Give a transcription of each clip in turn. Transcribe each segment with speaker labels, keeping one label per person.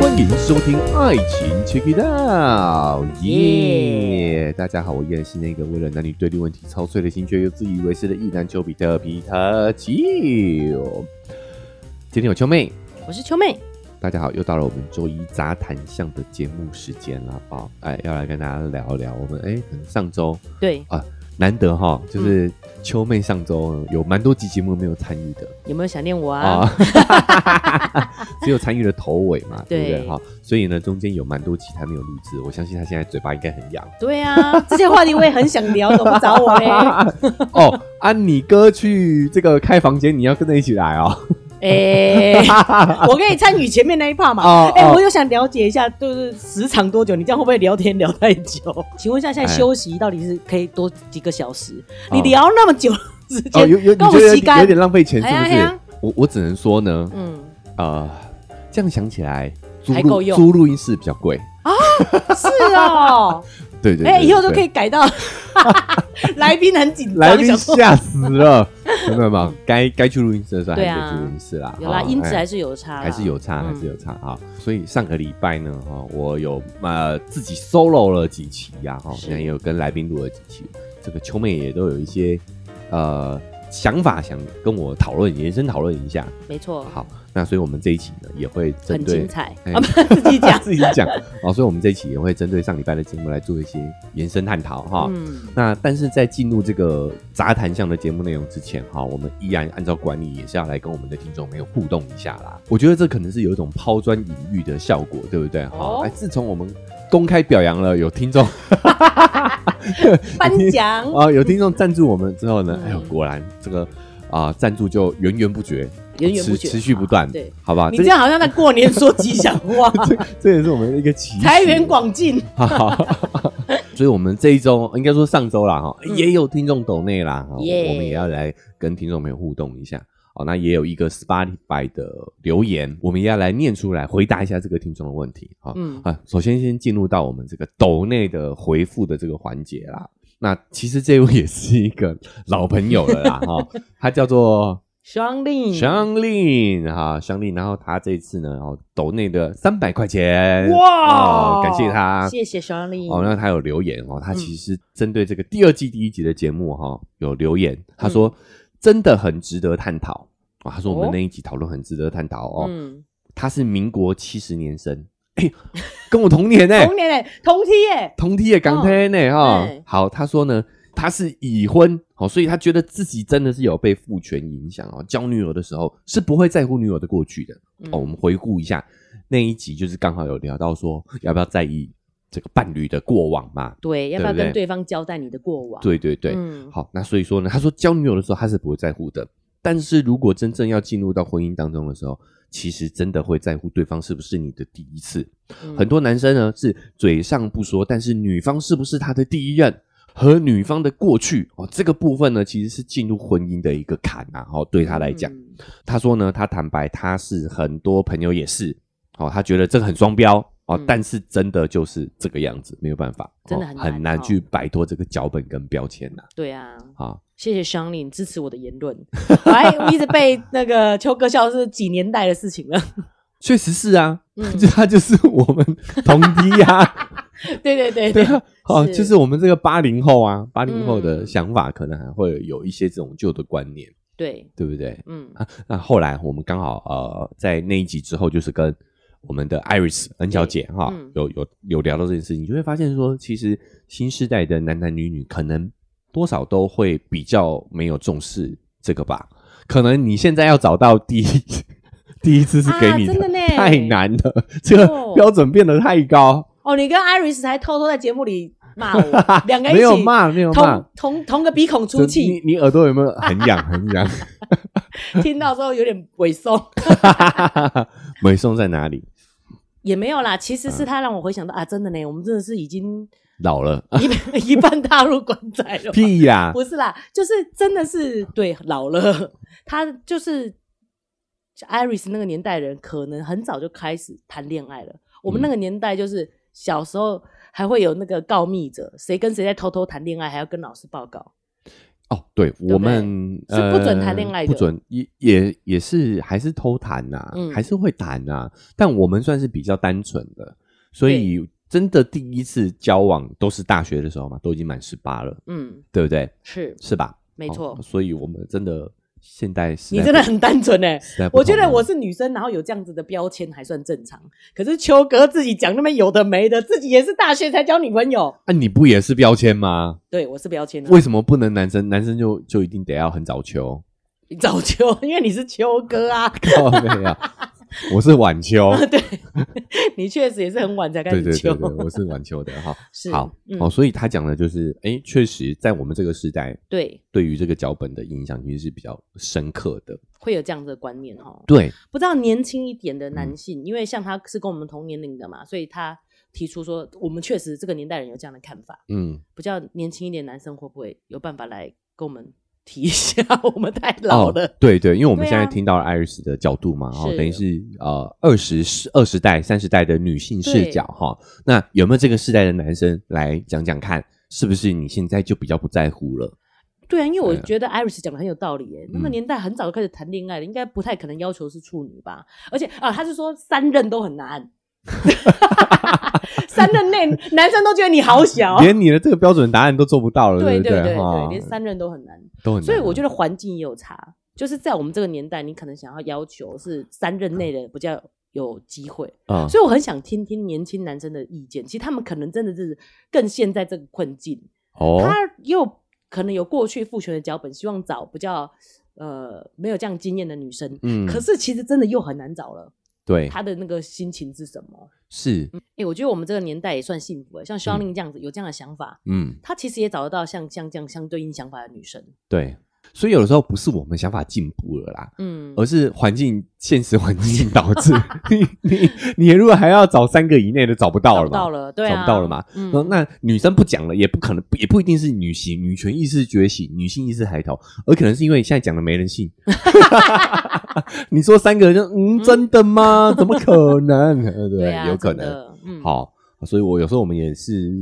Speaker 1: 欢迎收听《爱情 Check It Out》，耶！大家好，我依然是那个为了男女对立问题操碎了心却又自以为是的意男丘比特皮特丘。今天有秋妹，
Speaker 2: 我是秋妹，
Speaker 1: 大家好，又到了我们周一杂谈项的节目时间了啊！哎，要来跟大家聊聊我们哎，可能上周
Speaker 2: 对，
Speaker 1: 难得哈，就是秋妹上周有蛮多集节目没有参与的，
Speaker 2: 有没有想念我啊？
Speaker 1: 啊，只有参与了头尾嘛，对
Speaker 2: 对
Speaker 1: 不对？哈，所以呢，中间有蛮多期他没有录制，我相信他现在嘴巴应该很痒。
Speaker 2: 对啊，这些话题我也很想聊，怎么不找我嘞？
Speaker 1: 哦，安、你哥去这个开房间，你要跟着一起来哦。
Speaker 2: 哎、我可以参与前面那一 part 嘛？
Speaker 1: 哦，
Speaker 2: 哎、我
Speaker 1: 哦
Speaker 2: 又想了解一下，就是时长多久？你这样会不会聊天聊太 久？请问一下，现在
Speaker 1: 哎
Speaker 2: 休息到底是可以多几个小时？
Speaker 1: 哦
Speaker 2: 你聊那么久时
Speaker 1: 哦，
Speaker 2: 间，
Speaker 1: 有有，你
Speaker 2: 跟我
Speaker 1: 觉得有
Speaker 2: 吸
Speaker 1: 点
Speaker 2: 干
Speaker 1: 有点浪费钱是
Speaker 2: 哎呀
Speaker 1: 不
Speaker 2: 哎
Speaker 1: 是
Speaker 2: 呀？
Speaker 1: 我我只能说呢，
Speaker 2: 嗯，
Speaker 1: 呃，这样想起来，租
Speaker 2: 还
Speaker 1: 录
Speaker 2: 够用
Speaker 1: 租录音室比较贵。
Speaker 2: 是 哦，
Speaker 1: 对对对
Speaker 2: 哎、以后都
Speaker 1: 对
Speaker 2: 可以改到来宾很 紧
Speaker 1: 来
Speaker 2: 张，
Speaker 1: 宾哦
Speaker 2: 想 说
Speaker 1: 吓死了，没有没有没有，该该去录音室的时候还
Speaker 2: 对
Speaker 1: 是
Speaker 2: 啊
Speaker 1: 得去录音室啦。
Speaker 2: 有啦，
Speaker 1: 哈
Speaker 2: 音质
Speaker 1: 哎
Speaker 2: 还是有差啦，
Speaker 1: 还是有差，
Speaker 2: 嗯
Speaker 1: 还是有差啊。所以上个礼拜呢，哈，我有呃自己 solo 了几期呀，哈，
Speaker 2: 是
Speaker 1: 那也有跟来宾录了几期。这个秋妹也都有一些呃想法，想跟我讨论，延伸讨论一下。
Speaker 2: 嗯没错，
Speaker 1: 好，那所以我们这一期呢，也会针
Speaker 2: 很精
Speaker 1: 对
Speaker 2: 彩
Speaker 1: 哎，
Speaker 2: 啊，不是 自己讲
Speaker 1: 自己讲哦，所以我们这一期也会针对上礼拜的节目来做一些延伸探讨哈。
Speaker 2: 嗯，
Speaker 1: 那但是在进入这个杂谈项的节目内容之前，哈，我们依然按照惯例也是要来跟我们的听众朋友互动一下啦。我觉得这可能是有一种抛砖引玉的效果，对不对？哈、
Speaker 2: 哦
Speaker 1: 哎，自从我们公开表扬了有听众
Speaker 2: 颁 奖
Speaker 1: 啊、有听众赞助我们之后呢，
Speaker 2: 哦嗯
Speaker 1: 哎呦，果然这个啊、赞助就源源不绝，
Speaker 2: 源源不
Speaker 1: 持
Speaker 2: 绝，
Speaker 1: 持续不断，
Speaker 2: 啊对，
Speaker 1: 好吧？
Speaker 2: 你
Speaker 1: 这
Speaker 2: 这样好像在过年说吉祥话，
Speaker 1: 这也是我们的一个期许
Speaker 2: 财源广 进，
Speaker 1: 好， 所以我们这一周应该说上周啦哈，
Speaker 2: 嗯
Speaker 1: 也有听众抖内啦哈，
Speaker 2: 耶
Speaker 1: 我们也要来跟听众朋友互动一下。好，那也有一个 Spotify 的留言，我们也要来念出来，回答一下这个听众的问题哈。
Speaker 2: 嗯，
Speaker 1: 啊，首先先进入到我们这个抖内的回复的这个环节啦。那其实这位也是一个老朋友了啦 哈，他叫做
Speaker 2: 双令，
Speaker 1: 香令哈，香令，然后他这次呢，哦，抖内的三百块钱，
Speaker 2: 哇
Speaker 1: 哦感谢他，
Speaker 2: 谢谢双令，
Speaker 1: 哦，那他有留言哦，他其实针对这个第二季第一集的节目哈、有留言，
Speaker 2: 嗯
Speaker 1: 他说、真的很值得探讨啊、他说我们
Speaker 2: 哦
Speaker 1: 那一集讨论很值得探讨哦。
Speaker 2: 嗯，
Speaker 1: 他是民国七十年生，哎、跟我同年呢、
Speaker 2: 同年嘞，同梯耶，
Speaker 1: 同梯也港天呢哈
Speaker 2: 对。
Speaker 1: 好，他说呢，他是已婚，好、所以他觉得自己真的是有被父权影响哦。交女友的时候是不会在乎女友的过去的。
Speaker 2: 嗯
Speaker 1: 哦，我们回顾一下那一集，就是刚好有聊到说要不要在意这个伴侣的过往嘛。
Speaker 2: 对，要不要
Speaker 1: 对不对
Speaker 2: 跟对方交代你的过往？
Speaker 1: 对对对，
Speaker 2: 嗯
Speaker 1: 好，那所以说呢，他说交女友的时候他是不会在乎的，但是如果真正要进入到婚姻当中的时候，其实真的会在乎对方是不是你的第一次。
Speaker 2: 嗯
Speaker 1: 很多男生呢是嘴上不说，但是女方是不是他的第一任和女方的过去哦，这个部分呢其实是进入婚姻的一个坎啊。哦，对他来讲，
Speaker 2: 嗯
Speaker 1: 他说呢，他坦白他是很多朋友也是哦，他觉得这个很双标。哦
Speaker 2: 嗯，
Speaker 1: 但是真的就是这个样子，没有办法，
Speaker 2: 真的
Speaker 1: 哦
Speaker 2: 很难
Speaker 1: 很难
Speaker 2: 哦
Speaker 1: 去摆脱这个脚本跟标签呐、
Speaker 2: 对啊，
Speaker 1: 啊，
Speaker 2: 谢谢双令支持我的言 论，我还一直被那个秋哥笑是几年代的事情了，
Speaker 1: 确实是啊，
Speaker 2: 嗯
Speaker 1: 就他就是我们同梯啊，
Speaker 2: 对对 对
Speaker 1: 对啊，哦，
Speaker 2: 是
Speaker 1: 就是我们这个八零后啊，八零后的
Speaker 2: 嗯
Speaker 1: 想法可能还会有一些这种旧的观念，
Speaker 2: 对，
Speaker 1: 对不对？
Speaker 2: 嗯，
Speaker 1: 那后来我们刚好呃，在那一集之后，就是跟我们的 Iris 恩小姐哈、
Speaker 2: 嗯
Speaker 1: 有有有聊到这件事情，你就会发现说，其实新时代的男男女女可能多少都会比较没有重视这个吧，可能你现在要找到第一 第一次是给你
Speaker 2: 啊真的呢
Speaker 1: 太难了， 这个标准变得太高，
Speaker 2: 哦，你跟 Iris 还偷偷在节目里 骂我，两个一起
Speaker 1: 没有骂没有骂
Speaker 2: 同。同同个鼻孔出气，
Speaker 1: 你你耳朵有没有 很痒很痒？
Speaker 2: 听到之后有点萎缩，
Speaker 1: 美颂在哪里？
Speaker 2: 也没有啦。其实是他让我回想到、啊，真的呢，我们真的是已经
Speaker 1: 老了，
Speaker 2: 一半 一半踏入棺材了吧。
Speaker 1: 啊屁呀！
Speaker 2: 呃不是啦，就是真的是对老了，他就是就 Iris 那个年代人，可能很早就开始谈恋爱了。我们那
Speaker 1: 嗯
Speaker 2: 个年代就是小时候还会有那个告密者，谁跟谁在偷偷谈恋爱，还要跟老师报告。
Speaker 1: 哦，对
Speaker 2: 对
Speaker 1: 我们呃
Speaker 2: 是不准谈恋爱的
Speaker 1: 不准也也也是还是偷谈呐、
Speaker 2: 嗯
Speaker 1: 还是会谈呐、但我们算是比较单纯的，所以真的第一次交往都是大学的时候嘛，都已经满十八了，
Speaker 2: 嗯，
Speaker 1: 对不对？
Speaker 2: 是
Speaker 1: 是吧？
Speaker 2: 没
Speaker 1: 哦
Speaker 2: 错。
Speaker 1: 所以我们真的现代时代
Speaker 2: 你
Speaker 1: 不，
Speaker 2: 真的很单纯哎、
Speaker 1: 时代 不
Speaker 2: 我觉
Speaker 1: 同啊
Speaker 2: 得
Speaker 1: 了
Speaker 2: 我是女生，然后有这样子的标签还算正常。可是秋哥自己讲那么有的没的，自己也是大学才交女朋友。
Speaker 1: 啊，你不也是标签吗？
Speaker 2: 对，我是标签啊。
Speaker 1: 为什么不能男生？男生就就一定得要很早秋？
Speaker 2: 你早秋，因为你是秋哥啊。
Speaker 1: 哦，没有，我是晚秋。
Speaker 2: 对，你确实也是很晚才开
Speaker 1: 对
Speaker 2: 始
Speaker 1: 对
Speaker 2: 秋
Speaker 1: 对。对，我是晚秋的哈。
Speaker 2: 是
Speaker 1: 好，
Speaker 2: 嗯
Speaker 1: 哦，所以他讲的就是，哎，确实在我们这个时代，
Speaker 2: 对，
Speaker 1: 对于这个脚本的影响其实是比较深刻的。
Speaker 2: 会有这样子的观念哦。
Speaker 1: 对，
Speaker 2: 不知道年轻一点的男
Speaker 1: 嗯
Speaker 2: 性，因为像他是跟我们同年龄的嘛，所以他提出说，我们确实这个年代人有这样的看法。
Speaker 1: 嗯，
Speaker 2: 比较年轻一点男生会不会有办法来跟我们提一下？ 我们太老了。
Speaker 1: 哦，对对，因为我们
Speaker 2: 对啊
Speaker 1: 现在听到了艾瑞斯的角度嘛，哈、
Speaker 2: 是
Speaker 1: 等于是呃二十世二十代、三十代的女性视角
Speaker 2: 对
Speaker 1: 哈、那有没有这个世代的男生来讲讲看，是不是你现在就比较不在乎了？
Speaker 2: 对啊，因为我
Speaker 1: 对啊
Speaker 2: 觉得 Iris 讲的很有道理耶。那个
Speaker 1: 嗯
Speaker 2: 年代很早就开始谈恋爱了，应该不太可能要求是处女吧？而且啊，他是说三任都很难， 三任内男生都觉得你好小。
Speaker 1: 连你的这个标准答案都做不到了，
Speaker 2: 哦对
Speaker 1: 不
Speaker 2: 对对
Speaker 1: 哈
Speaker 2: 对，连三任都很难，
Speaker 1: 都很难啊，
Speaker 2: 所以我觉得环境也有差。就是在我们这个年代，你可能想要要求是三任内的比较有机会，
Speaker 1: 得啊、
Speaker 2: 所以我很想听听年轻男生的意见。其实他们可能真的是更陷在这个困境，
Speaker 1: 哦，
Speaker 2: 他又可能有过去父权的脚本，希望找比较呃没有这样经验的女生，
Speaker 1: 嗯
Speaker 2: 可是其实真的又很难找了。
Speaker 1: 对，
Speaker 2: 他的那个心情是什么？
Speaker 1: 是，
Speaker 2: 哎、我觉得我们这个年代也算幸福、欸，像肖令这样子、有这样的想法，
Speaker 1: 嗯，
Speaker 2: 他其实也找得到像像这样相对应想法的女生。
Speaker 1: 对。所以有的时候不是我们想法进步了啦，
Speaker 2: 嗯，
Speaker 1: 而是环境、现实环境导 致你你你如果还要找三个以内的找不到
Speaker 2: 找
Speaker 1: 了
Speaker 2: 不
Speaker 1: 嘛，
Speaker 2: 到了，对
Speaker 1: 找
Speaker 2: 啊，
Speaker 1: 不到了嘛。
Speaker 2: 嗯
Speaker 1: 那那女生不讲了，也不可能，也不一定是女性女权意识觉醒、女性意识抬头，而可能是因为现在讲的没人 信。你说三个人就嗯，真的吗？怎么可 能？呃对，
Speaker 2: 对啊，
Speaker 1: 有可
Speaker 2: 真
Speaker 1: 能。
Speaker 2: 的。嗯，，
Speaker 1: 好，所以我有时候我们也是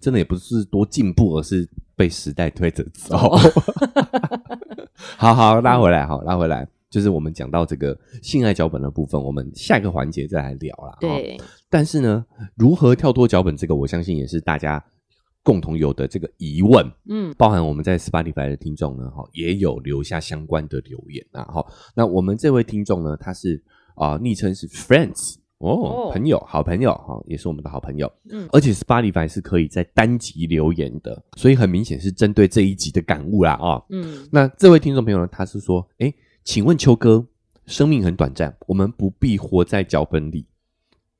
Speaker 1: 真的也不是多进步，而是被时代推着走。
Speaker 2: 哦
Speaker 1: 好好拉回来，好拉回来，就是我们讲到这个性爱脚本的部分，我们下一个环节再来聊啦。哦
Speaker 2: 对，
Speaker 1: 但是呢，如何跳脱脚本，这个我相信也是大家共同有的这个疑问。
Speaker 2: 嗯，
Speaker 1: 包含我们在 Spotify 的听众呢，哈，也有留下相关的留言啊，哈。那我们这位听众呢，他是啊、昵称是 Friends 哦，
Speaker 2: 哦
Speaker 1: 朋友，好朋友，哈，也是我们的好朋友。
Speaker 2: 嗯
Speaker 1: 而且 Spotify 是可以在单集留言的，所以很明显是针对这一集的感悟啦啊、哦
Speaker 2: 嗯，
Speaker 1: 那这位听众朋友呢，他是说，哎，请问秋哥，生命很短暂，我们不必活在脚本里，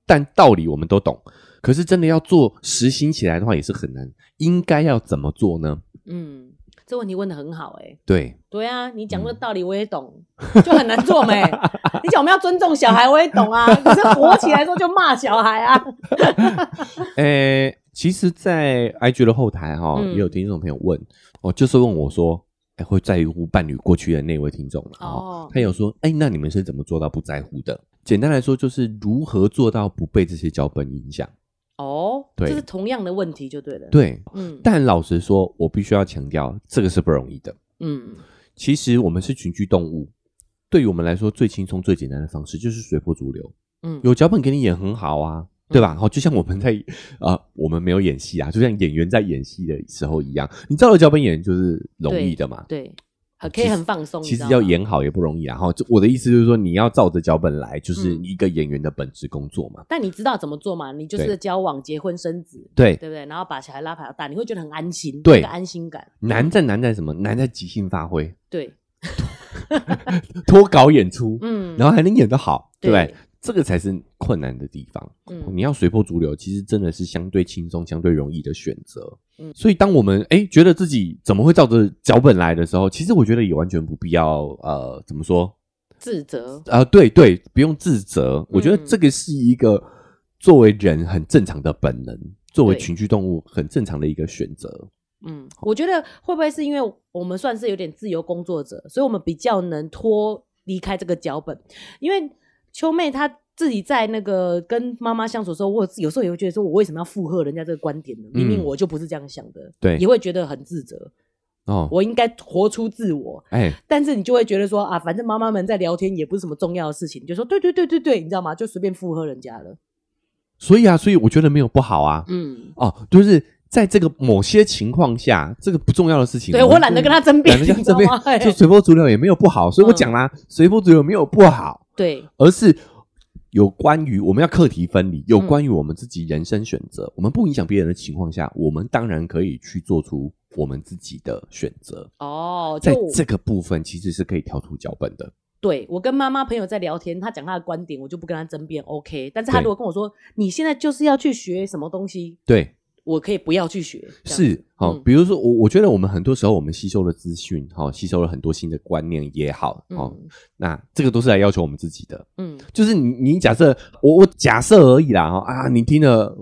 Speaker 1: 但道理我们都懂。可是真的要做实行起来的话，也是很难。应该要怎么做呢？
Speaker 2: 嗯，这问题问的很好，哎，
Speaker 1: 对，
Speaker 2: 对啊，你讲这个
Speaker 1: 嗯
Speaker 2: 道理我也懂，就很难做 没。你讲我们要尊重小孩，我也懂啊，可是火起来之后就骂小孩啊。
Speaker 1: 诶，其实，在 IG 的后台哈、
Speaker 2: 嗯
Speaker 1: 也有听众朋友问，哦，就是问我说，哎，会在乎伴侣过去的那位听众啊、
Speaker 2: 哦
Speaker 1: 他有说，哎，那你们是怎么做到不在乎的？简单来说，就是如何做到不被这些脚本影响。
Speaker 2: 哦，
Speaker 1: 对
Speaker 2: 这是同样的问题就对了。，
Speaker 1: 对，
Speaker 2: 嗯，
Speaker 1: 但老实说，我必须要强调，这个是不容易的。
Speaker 2: 嗯，
Speaker 1: 其实我们是群居动物，对于我们来说，最轻松、最简单的方式就是随波逐流。
Speaker 2: 嗯，
Speaker 1: 有脚本给你演很好啊，对吧？好，就像我们在啊、我们没有演戏啊，就像演员在演戏的时候一样，你照着脚本演就是容易的嘛。
Speaker 2: 对，很
Speaker 1: 呃
Speaker 2: 可
Speaker 1: 其
Speaker 2: 以
Speaker 1: 实
Speaker 2: 很放松。
Speaker 1: 其
Speaker 2: 你
Speaker 1: 实
Speaker 2: 知道
Speaker 1: 要
Speaker 2: 吗，
Speaker 1: 演好也不容易啊。哈，就我的意思就是说，你要照着脚本来，就是
Speaker 2: 嗯
Speaker 1: 一个演员的本职工作嘛。
Speaker 2: 但你知道怎么做嘛？你就是
Speaker 1: 对
Speaker 2: 交往、结婚、生子，
Speaker 1: 对，
Speaker 2: 对不对？然后把小孩拉爬大，你会觉得很安心，
Speaker 1: 对
Speaker 2: 那个安心感。
Speaker 1: 难在难在什么？难在即兴发挥，
Speaker 2: 对，
Speaker 1: 脱稿演出。
Speaker 2: 嗯，
Speaker 1: 然后还能演得好，对不
Speaker 2: 对
Speaker 1: 对？这个才是困难的地方。
Speaker 2: 嗯
Speaker 1: 你要随波逐流，其实真的是相对轻松、相对容易的选择。
Speaker 2: 嗯
Speaker 1: 所以当我们哎觉得自己怎么会照着脚本来的时候，其实我觉得也完全不必要呃怎么说
Speaker 2: 自责，
Speaker 1: 啊、呃对对，不用自责。
Speaker 2: 嗯
Speaker 1: 我觉得这个是一个作为人很正常的本能，作为
Speaker 2: 对
Speaker 1: 群居动物很正常的一个选择。
Speaker 2: 嗯，我觉得会不会是因为我们算是有点自由工作者，所以我们比较能脱离开这个脚本。因为秋妹她自己在那个跟妈妈相处的时候，我有时候也会觉得说，我为什么要附和人家这个观点呢？明明
Speaker 1: 嗯
Speaker 2: 我就不是这样想的，
Speaker 1: 对
Speaker 2: 也会觉得很自责。
Speaker 1: 哦，
Speaker 2: 我应该活出自我。
Speaker 1: 哎、
Speaker 2: 但是你就会觉得说啊，反正妈妈们在聊天也不是什么重要的事情，你就说对对对对对，你知道吗？就随便附和人家了。
Speaker 1: 所以啊，所以我觉得没有不好啊。
Speaker 2: 嗯，
Speaker 1: 哦，就是在这个某些情况下，这个不重要的事情，
Speaker 2: 对我懒得跟他争辩，
Speaker 1: 懒
Speaker 2: 你
Speaker 1: 得
Speaker 2: 知
Speaker 1: 跟这
Speaker 2: 道
Speaker 1: 边
Speaker 2: 吗？哎
Speaker 1: 就随波逐流也没有不好，所
Speaker 2: 嗯
Speaker 1: 以我讲啦，随波逐流没有不好，
Speaker 2: 对，
Speaker 1: 而是有关于我们要课题分离，有
Speaker 2: 嗯
Speaker 1: 关于我们自己人生选择，我们不影响别人的情况下，我们当然可以去做出我们自己的选择。
Speaker 2: 哦，就
Speaker 1: 在这个部分其实是可以跳出脚本的，
Speaker 2: 对我跟妈妈朋友在聊天，她讲她的观点，我就不跟她争辩，OK。但是她
Speaker 1: 对
Speaker 2: 如果跟我说你现在就是要去学什么东西，
Speaker 1: 对，
Speaker 2: 我可以不要去学，这样
Speaker 1: 是好、
Speaker 2: 嗯
Speaker 1: 比如说我我觉得我们很多时候我们吸收了资讯，好、吸收了很多新的观念也好，哦，
Speaker 2: 嗯
Speaker 1: 那这个都是来要求我们自己的，
Speaker 2: 嗯
Speaker 1: 就是你你假设我我假设而已啦哈啊，你听了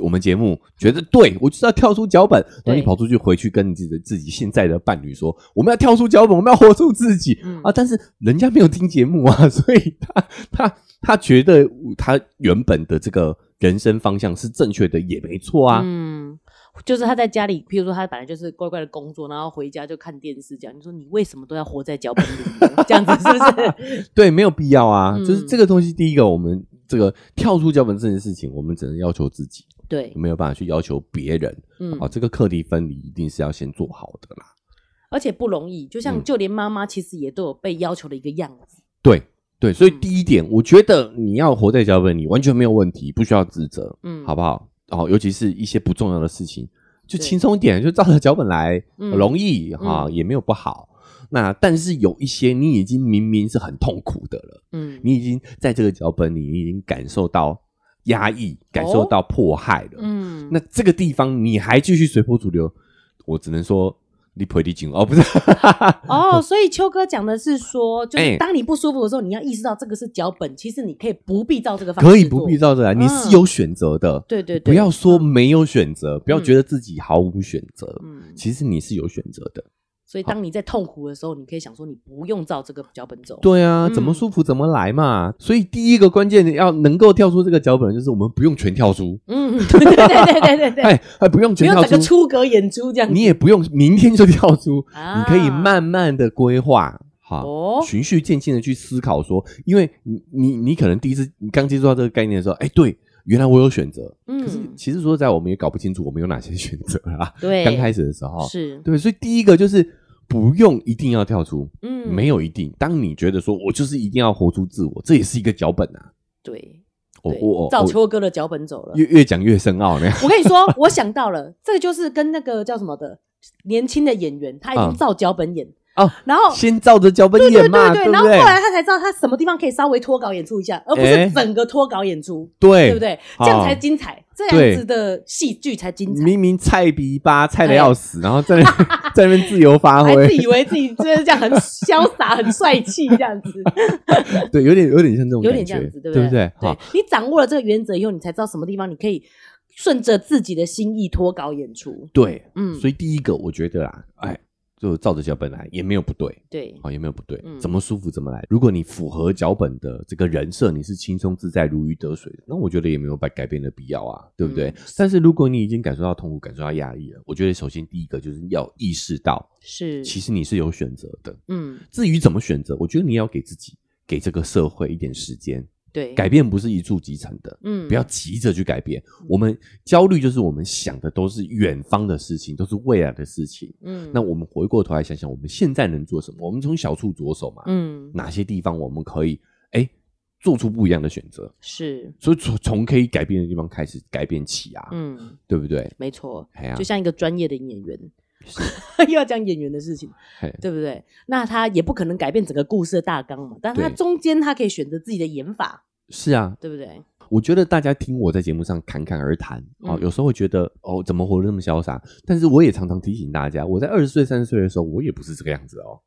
Speaker 1: 我们节目觉得对我就是要跳出脚本，然后你
Speaker 2: 对
Speaker 1: 跑出去回去跟你自己的自己现在的伴侣说，我们要跳出脚本，我们要活出自己、
Speaker 2: 嗯
Speaker 1: 啊！但是人家没有听节目啊， 所以他他他觉得他原本的这个人生方向是正确的，也没错啊。
Speaker 2: 嗯，就是她在家里，譬如说她本来就是乖乖的工作，然后回家就看电视，这样你说你为什么都要活在脚本里呢？ 这样子是不是？
Speaker 1: 对，没有必要啊。
Speaker 2: 嗯
Speaker 1: 就是这个东西，第一个我们这个跳出脚本这件事情，我们只能要求自己，
Speaker 2: 对，
Speaker 1: 没有办法去要求别人。
Speaker 2: 嗯
Speaker 1: 哦，，这个课题分离一定是要先做好的啦。
Speaker 2: 而且不容易，就像
Speaker 1: 嗯
Speaker 2: 就连妈妈其实也都有被要求的一个样子。
Speaker 1: 对对，所以
Speaker 2: 嗯
Speaker 1: 第一点，我觉得你要活在脚本里，完全没有问题，不需要自责，
Speaker 2: 嗯，
Speaker 1: 好，不好？哦，尤其是一些不重要的事情，就
Speaker 2: 对
Speaker 1: 轻松一点，就照着脚本来，
Speaker 2: 嗯
Speaker 1: 容易哈，
Speaker 2: 嗯
Speaker 1: 也没有不好。那但是有一些你已经明明是很痛苦的了，
Speaker 2: 嗯，
Speaker 1: 你已经在这个脚本里，你已经感受到压抑，感受
Speaker 2: 哦
Speaker 1: 到迫害了。
Speaker 2: 嗯，
Speaker 1: 那这个地方你还继续随波逐流，我只能说你赔礼金哦，不是。
Speaker 2: 哦，所以秋哥讲的是说，就
Speaker 1: 嗯哎
Speaker 2: 是当你不舒服的时候，你要意识到这个是脚本，其实你可以不必照这个方式
Speaker 1: 可以不
Speaker 2: 做
Speaker 1: 必。照着来，你是有选择的。
Speaker 2: 嗯对对
Speaker 1: 不
Speaker 2: 对，嗯
Speaker 1: 要说没有选择，不要觉得自己毫无选择。
Speaker 2: 嗯，
Speaker 1: 其实你是有选择的。
Speaker 2: 所以当你在痛苦的时候，你可以想说，你不用照这个脚本走。
Speaker 1: 对啊，
Speaker 2: 嗯
Speaker 1: 怎么舒服怎么来嘛。所以第一个关键要能够跳出这个脚本，就是我们不用全跳出，
Speaker 2: 嗯， 对对对对对对，
Speaker 1: 哎，还不用
Speaker 2: 不
Speaker 1: 全
Speaker 2: 用
Speaker 1: 跳
Speaker 2: 整个
Speaker 1: 出，
Speaker 2: 出格演出这样子。
Speaker 1: 你也不用明天就跳 出，
Speaker 2: 啊
Speaker 1: 你可以慢慢的规划。好，
Speaker 2: 哦，
Speaker 1: 循序渐进的去思考说，因为你你你可能第一次你刚接触到这个概念的时候，哎，对，原来我有选择。可是
Speaker 2: 嗯，
Speaker 1: 其实说实在，我们也搞不清楚我们有哪些 选择啊。
Speaker 2: 对，
Speaker 1: 刚开始的时候，
Speaker 2: 是，
Speaker 1: 对，所以第一个就是不用一定要跳出，
Speaker 2: 嗯，
Speaker 1: 没有一定。当你觉得说我就是一定要活出自我，这也是一个脚本啊。
Speaker 2: 对，
Speaker 1: 我
Speaker 2: 对
Speaker 1: 我
Speaker 2: 照
Speaker 1: 我
Speaker 2: 秋哥的脚本走了。
Speaker 1: 越越讲越深奥呢。
Speaker 2: 我跟你说，我想到了，这个就是跟那个叫什么的年轻的演员，他已
Speaker 1: 嗯
Speaker 2: 经照脚本演，
Speaker 1: 哦，
Speaker 2: 然后
Speaker 1: 先照着脚本演嘛，
Speaker 2: 对对对，
Speaker 1: 不
Speaker 2: 然后
Speaker 1: 对
Speaker 2: 后？来他才知道他什么地方可以稍微脱稿演出一下，而不
Speaker 1: 哎
Speaker 2: 是整个脱稿演出，
Speaker 1: 对
Speaker 2: 对不？对？这样
Speaker 1: 哎好
Speaker 2: 才精彩，这
Speaker 1: 对
Speaker 2: 样子的戏剧才精彩。哎
Speaker 1: 明明菜逼吧，菜的要死，然后在那在那边 自由发
Speaker 2: 还
Speaker 1: 挥
Speaker 2: 自，以为自己就是这样很潇洒、很帅气这样子，
Speaker 1: 对，有 点有点像这种
Speaker 2: 有
Speaker 1: 感
Speaker 2: 点这
Speaker 1: 觉，
Speaker 2: 样子，
Speaker 1: 对
Speaker 2: 不对？
Speaker 1: 不对？好，
Speaker 2: 你掌握了这个原则以后，你才知道什么地方你可以顺着自己的心意脱稿演出。
Speaker 1: 对，
Speaker 2: 嗯，
Speaker 1: 所以第一个我觉得啊，哎，就照着脚本来也没有不对，
Speaker 2: 对，
Speaker 1: 好，也哦没有不对，
Speaker 2: 嗯
Speaker 1: 怎么舒服怎么来。如果你符合脚本的这个人设，你是轻松自在、如鱼得水的，那我觉得也没有改改变的必要啊，对不对？
Speaker 2: 嗯
Speaker 1: 但是如果你已经感受到痛苦、感受到压力了，我觉得首先第一个就是要意识到，
Speaker 2: 是，
Speaker 1: 其实你是有选择的。
Speaker 2: 嗯，
Speaker 1: 至于怎么选择，我觉得你要给自己、给这个社会一点时间，
Speaker 2: 对，
Speaker 1: 改，变不是一触即成的。
Speaker 2: 嗯，
Speaker 1: 不要，急着去改变。我们焦虑就是我们想的都是远方的事情，都是未来的事情。
Speaker 2: 嗯，
Speaker 1: 那，我们回过头来想想，我们现在能做什么？我们从小处着手嘛。
Speaker 2: 嗯，
Speaker 1: 哪些地方我们可以哎做出不一样的选择，
Speaker 2: 是，
Speaker 1: 所以从从可以改变的地方开始改变起啊，
Speaker 2: 嗯，
Speaker 1: 对不对？
Speaker 2: 没错，
Speaker 1: 哎呀
Speaker 2: 就，像一个专业的演员，
Speaker 1: 是
Speaker 2: 又要讲演员的事情，
Speaker 1: 嘿
Speaker 2: 对不对？那他也不可能改变整个故事的大纲嘛，但他
Speaker 1: 对
Speaker 2: 中间他可以选择自己的演法，
Speaker 1: 是啊，
Speaker 2: 对不对？
Speaker 1: 我觉得大家听我在节目上侃侃而谈哦，
Speaker 2: 嗯
Speaker 1: 有时候会觉得哦，怎么活得那么潇洒？但是我也常常提醒大家，我在二十岁、三十岁的时候，我也不是这个样子哦。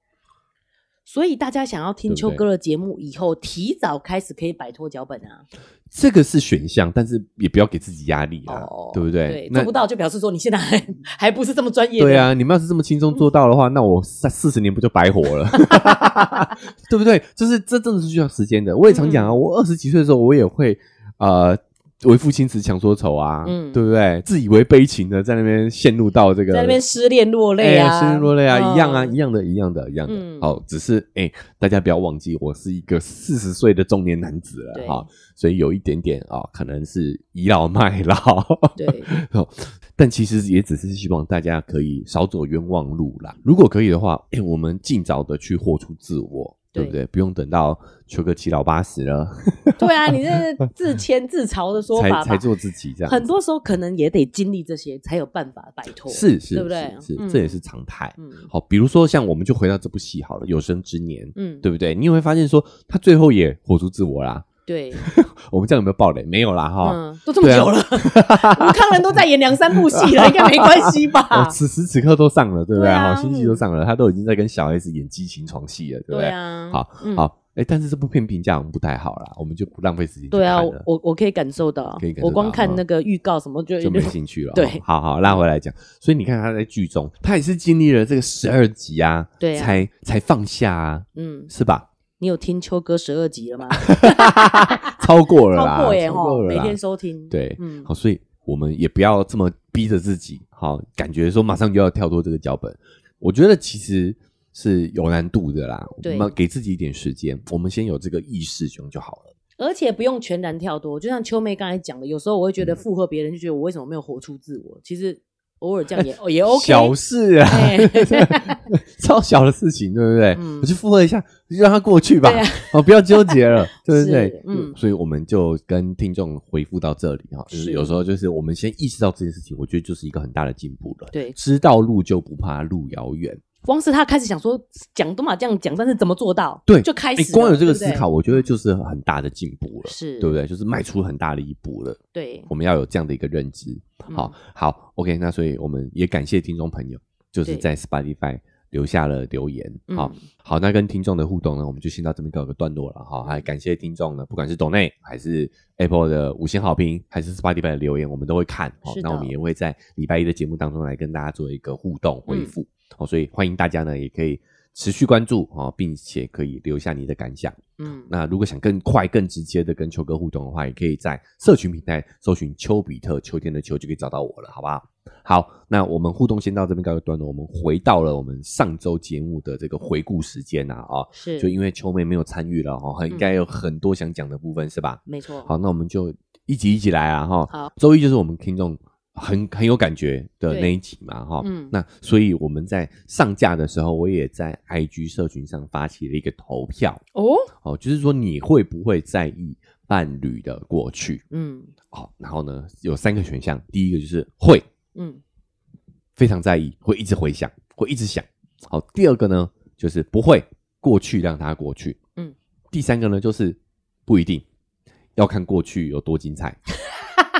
Speaker 2: 所以大家想要
Speaker 1: 对
Speaker 2: 听
Speaker 1: 不
Speaker 2: 秋
Speaker 1: 对
Speaker 2: 哥的节目以后，提早开始可以摆脱脚本啊，
Speaker 1: 这个是选项，但是也不要给自己压力啊，
Speaker 2: 哦，
Speaker 1: 对不对
Speaker 2: 对，？做不到就表示说你现在还还不是这么专业，
Speaker 1: 对，啊，你们要是这么轻松做到的 话，那我三四十年不就白活了，
Speaker 2: 嗯
Speaker 1: 对不对？就是这真的是需要时间的。我也常讲啊，我二十几岁的时候，我也会呃为赋新词强说愁啊，
Speaker 2: 嗯
Speaker 1: 对不对？自以为悲情的在那边陷入到这个
Speaker 2: 在那边失恋落泪啊，
Speaker 1: 哎失落泪啊，
Speaker 2: 嗯
Speaker 1: 一样啊，一样的，一样的，一样的。
Speaker 2: 嗯
Speaker 1: 好，只是哎、大家不要忘记，我是一个四十岁的中年男子了
Speaker 2: 对
Speaker 1: 啊、所以有一点点啊、可能是倚老卖老。
Speaker 2: 对，
Speaker 1: 哦，但其实也只是希望大家可以少走冤枉路啦。如果可以的话，哎、我们尽早的去活出自我，对不
Speaker 2: 对
Speaker 1: 对？不用等到求个七老八十了
Speaker 2: 对啊，你这是自谦自嘲的说
Speaker 1: 才
Speaker 2: 法
Speaker 1: 才
Speaker 2: 吧？
Speaker 1: 做自己，这样
Speaker 2: 很多时候可能也得经历这些，才有办法摆脱。
Speaker 1: 是是
Speaker 2: 对不对
Speaker 1: 是
Speaker 2: 嗯
Speaker 1: 是，这也是常态。
Speaker 2: 嗯
Speaker 1: 好，比如说像我们就回到这部戏好了，《有生之年》，
Speaker 2: 嗯，
Speaker 1: 对不对？你也会发现说，他最后也活出自我啦。
Speaker 2: 对，
Speaker 1: 我们这样有没有暴雷？没有啦哈。
Speaker 2: 嗯，都这么
Speaker 1: 对啊
Speaker 2: 久了， 吴康仁都在演两三部戏 了，应该没关系吧
Speaker 1: 哦，？此时此刻都上了，对不对？
Speaker 2: 对啊
Speaker 1: 好，新戏都上了，他都已经在跟小 S 演激情床戏了，对不
Speaker 2: 对啊，
Speaker 1: 好
Speaker 2: 嗯，
Speaker 1: 好，哎、但是这部片评价我们不太好啦，我们就不浪费时间去
Speaker 2: 对啊，
Speaker 1: 看
Speaker 2: 我
Speaker 1: 了
Speaker 2: 我我可以感受到
Speaker 1: 可以感，受
Speaker 2: 我光
Speaker 1: 到
Speaker 2: 看
Speaker 1: 嗯
Speaker 2: 那个预告什么就
Speaker 1: 就没兴趣了。哦
Speaker 2: 对
Speaker 1: 好好拉回来讲，所以你看他在剧中，他也是经历了这个十二集啊，
Speaker 2: 对啊
Speaker 1: 才才放下啊，
Speaker 2: 嗯，
Speaker 1: 是吧？
Speaker 2: 你有听秋哥十二集了 吗？
Speaker 1: 超过了啦，
Speaker 2: 超过耶
Speaker 1: 超
Speaker 2: 吼，
Speaker 1: 过了
Speaker 2: 每
Speaker 1: 啦
Speaker 2: 天收听。
Speaker 1: 对，
Speaker 2: 嗯
Speaker 1: 好，所以我们也不要这么逼着自己，好，感觉说马上就要跳脱这个脚本，我觉得其实是有难度的啦。
Speaker 2: 对
Speaker 1: 我们给自己一点时间，我们先有这个意识就就好了。
Speaker 2: 而且不用全然跳脱，就像秋妹刚才讲的，有时候我会觉得附和别人，就觉得我为什么没有活出自我？其实偶尔这样也 哦也 OK。
Speaker 1: 小事啊，
Speaker 2: 哎
Speaker 1: 超小的事情，对不对？
Speaker 2: 嗯
Speaker 1: 我去附和一下，就让它过去吧
Speaker 2: 对啊，
Speaker 1: 哦，不要纠结 了，对不对
Speaker 2: 是？嗯
Speaker 1: 所以我们就跟听众回复到这里哈，就是
Speaker 2: 是
Speaker 1: 有时候就是我们先意识到这件事情，我觉得就是一个很大的进步了。
Speaker 2: 对
Speaker 1: 知道路就不怕路遥远。
Speaker 2: 光是他开始想说讲都嘛这样讲，但是怎么做到？
Speaker 1: 对
Speaker 2: 就开
Speaker 1: 哎
Speaker 2: 始了
Speaker 1: 光有这个
Speaker 2: 对不
Speaker 1: 思
Speaker 2: 对
Speaker 1: 考，我觉得就是很大的进步了，
Speaker 2: 是，
Speaker 1: 对不？对？就是迈出很大的一步了。
Speaker 2: 对，
Speaker 1: 我们要有这样的一个认知。
Speaker 2: 嗯
Speaker 1: 好、好，OK，那所以我们也感谢听众朋友，就是
Speaker 2: 对
Speaker 1: 在 Spotify 留下了留言。
Speaker 2: 嗯
Speaker 1: 好、好，那跟听众的互动呢，我们就先到这边告一个段落了哈。还感谢听众呢，不管是抖内还是 Apple 的五星好评，还是 Spotify 的留言，我们都会看。好
Speaker 2: 是，的嗯
Speaker 1: 那我们也会在礼拜一的节目当中来跟大家做一个互动回复。好、所以欢迎大家呢也可以持续关注哦，并且可以留下你的感想。
Speaker 2: 嗯，
Speaker 1: 那如果想更快、更直接的跟秋哥互动的话，也可以在社群平台搜寻“丘比特”，秋天的秋就可以找到我了，好不好？好，那我们互动先到这边告一段落，我们回到了我们上周节目的这个回顾时间啊，哦，
Speaker 2: 是，嗯
Speaker 1: 就因为秋妹没有参与了哈、哦，很应该有很多想讲的部分是吧？
Speaker 2: 没错。
Speaker 1: 好，那我们就一集一集来啊哈。
Speaker 2: 好，
Speaker 1: 周一就是我们听众很很有感觉的那一集嘛哈。
Speaker 2: 嗯
Speaker 1: 那所以我们在上架的时候，我也在 IG 社群上发起了一个投票。
Speaker 2: 哦，
Speaker 1: 哦，就是说你会不会在意伴侣的过去？
Speaker 2: 嗯
Speaker 1: 好，然后呢，有三个选项，第一个就是会
Speaker 2: 嗯，
Speaker 1: 非常在意，会一直回想，会一直想。好，第二个呢就是不会，过去让它过去。
Speaker 2: 嗯，
Speaker 1: 第三个呢就是不一定，要看过去有多精彩，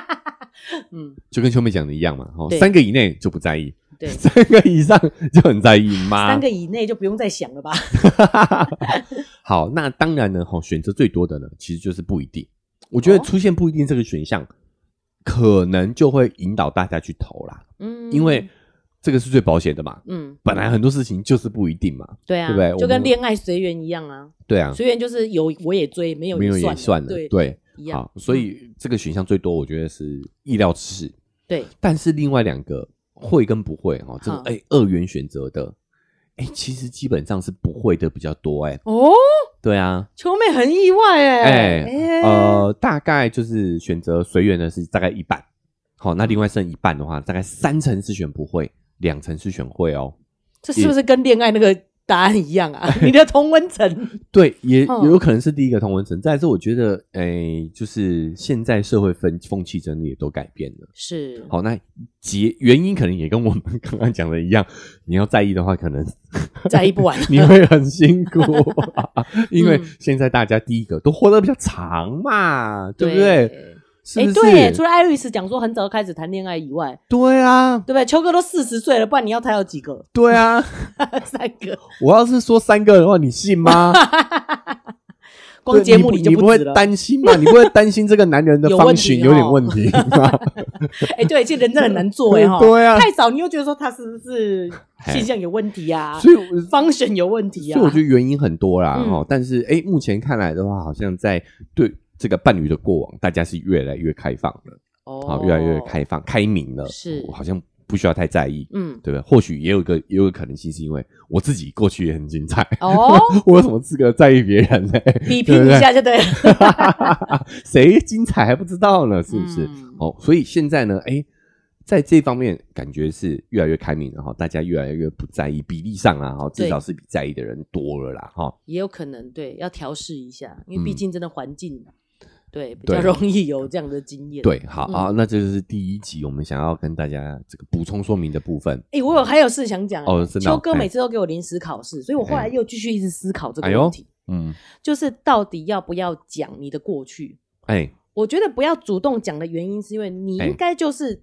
Speaker 2: 嗯，
Speaker 1: 就跟秋妹讲的一样嘛。哦
Speaker 2: 对，
Speaker 1: 三个以内就不在意，
Speaker 2: 对
Speaker 1: 三个以上就很在意妈。
Speaker 2: 三个以内就不用再想了吧？
Speaker 1: 好，那当然呢，哈，选择最多的呢，其实就是不一定。我觉得
Speaker 2: 哦
Speaker 1: 出现不一定这个选项，可能就会引导大家去投啦，
Speaker 2: 嗯，
Speaker 1: 因为这个是最保险的嘛。
Speaker 2: 嗯，
Speaker 1: 本来很多事情就是不一定嘛，
Speaker 2: 对啊，
Speaker 1: 对不对我
Speaker 2: 就跟
Speaker 1: 们
Speaker 2: 恋爱随缘一样啊，
Speaker 1: 对啊，
Speaker 2: 随缘就是有我也追，没有
Speaker 1: 没有
Speaker 2: 算
Speaker 1: 也算了，
Speaker 2: 对，
Speaker 1: 对，
Speaker 2: 一样嗯
Speaker 1: 好，所以这个选项最多，我觉得是意料之事。
Speaker 2: 对，
Speaker 1: 但是另外两个会跟不会，哈，这个
Speaker 2: 好
Speaker 1: 哎二元选择的，哎，其实基本上是不会的比较多，哎，
Speaker 2: 哦，
Speaker 1: 对啊，
Speaker 2: 秋妹很意外哎、
Speaker 1: 哎、
Speaker 2: 哎
Speaker 1: 呃，大概就是选择随缘的是大概一半，好、那另外剩一半的话，大概三成是选不会，两成是选会哦。
Speaker 2: 这是不是跟恋爱那个答案一样啊？ 你的同温层，
Speaker 1: 对，也
Speaker 2: 哦
Speaker 1: 也有可能是第一个同文层，再来是我觉得，哎、就是现在社会风风气真的也都改变了。
Speaker 2: 是
Speaker 1: 好，那结原因可能也跟我们刚刚讲的一样，你要在意的话，可能
Speaker 2: 在意不完
Speaker 1: 你会很辛 苦，因为
Speaker 2: 嗯
Speaker 1: 现在大家第一个都活得比较长嘛， 对不对？？是
Speaker 2: 哎、
Speaker 1: 不是？
Speaker 2: 对耶，除了爱丽丝讲说很早开始谈恋爱以外，
Speaker 1: 对啊，
Speaker 2: 对不对？秋哥都四十岁了，不然你要他有几个？
Speaker 1: 对啊，
Speaker 2: 三个，
Speaker 1: 我要是说三个的话，你信吗？
Speaker 2: 光
Speaker 1: 对
Speaker 2: 节目
Speaker 1: 你
Speaker 2: 里
Speaker 1: 不
Speaker 2: 就
Speaker 1: 你不会
Speaker 2: 止了。
Speaker 1: 担心吗？你不会担心这个男人的
Speaker 2: 有
Speaker 1: 方
Speaker 2: 问题
Speaker 1: 寻
Speaker 2: 哦
Speaker 1: 有点问题吗？
Speaker 2: 哎、对，其实人真的很难做哎哈。
Speaker 1: 对啊
Speaker 2: 太少你又觉得说他是不是
Speaker 1: 嘿
Speaker 2: 性向有问题 啊？
Speaker 1: 所以我，
Speaker 2: 方选有问题啊？
Speaker 1: 所以我觉得原因很多啦哦
Speaker 2: 嗯
Speaker 1: 哈。齁但是，哎，目前看来的话，好像在对这个伴侣的过往，大家是越来越开放了，
Speaker 2: 哦
Speaker 1: 好，越来越开放、开明了，
Speaker 2: 是
Speaker 1: 我好像不需要太在意，
Speaker 2: 嗯，
Speaker 1: 对不对？或许也有一个也有一个可能性，是因为我自己过去也很精彩，
Speaker 2: 哦，
Speaker 1: 我有什么资格在意别人呢？
Speaker 2: 比拼一下就对了，
Speaker 1: 谁精彩还不知道呢，是不是？
Speaker 2: 嗯
Speaker 1: 哦，所以现在呢，哎，在这方面感觉是越来越开明了哈，大家越来越不在意，比例上啊，哈，至
Speaker 2: 对
Speaker 1: 少是比在意的人多了啦，哈。
Speaker 2: 也有可能对，要调试一下，因为毕
Speaker 1: 嗯
Speaker 2: 竟真的环境啊、对比
Speaker 1: 对
Speaker 2: 较容易有这样的经验。
Speaker 1: 对，好
Speaker 2: 嗯
Speaker 1: 啊，那这就是第一集我们想要跟大家这个补充说明的部分。
Speaker 2: 哎、我有还有事想讲欸
Speaker 1: 哦真的哦
Speaker 2: 秋哥
Speaker 1: 哎
Speaker 2: 每次都给我临时考试，所以我后来
Speaker 1: 哎
Speaker 2: 又继续一直思考这
Speaker 1: 哎
Speaker 2: 个
Speaker 1: 呦
Speaker 2: 问题，
Speaker 1: 嗯，
Speaker 2: 就是到底要不要讲你的过去？
Speaker 1: 哎，
Speaker 2: 我觉得不要主动讲的原因，是因为你
Speaker 1: 哎
Speaker 2: 应该就是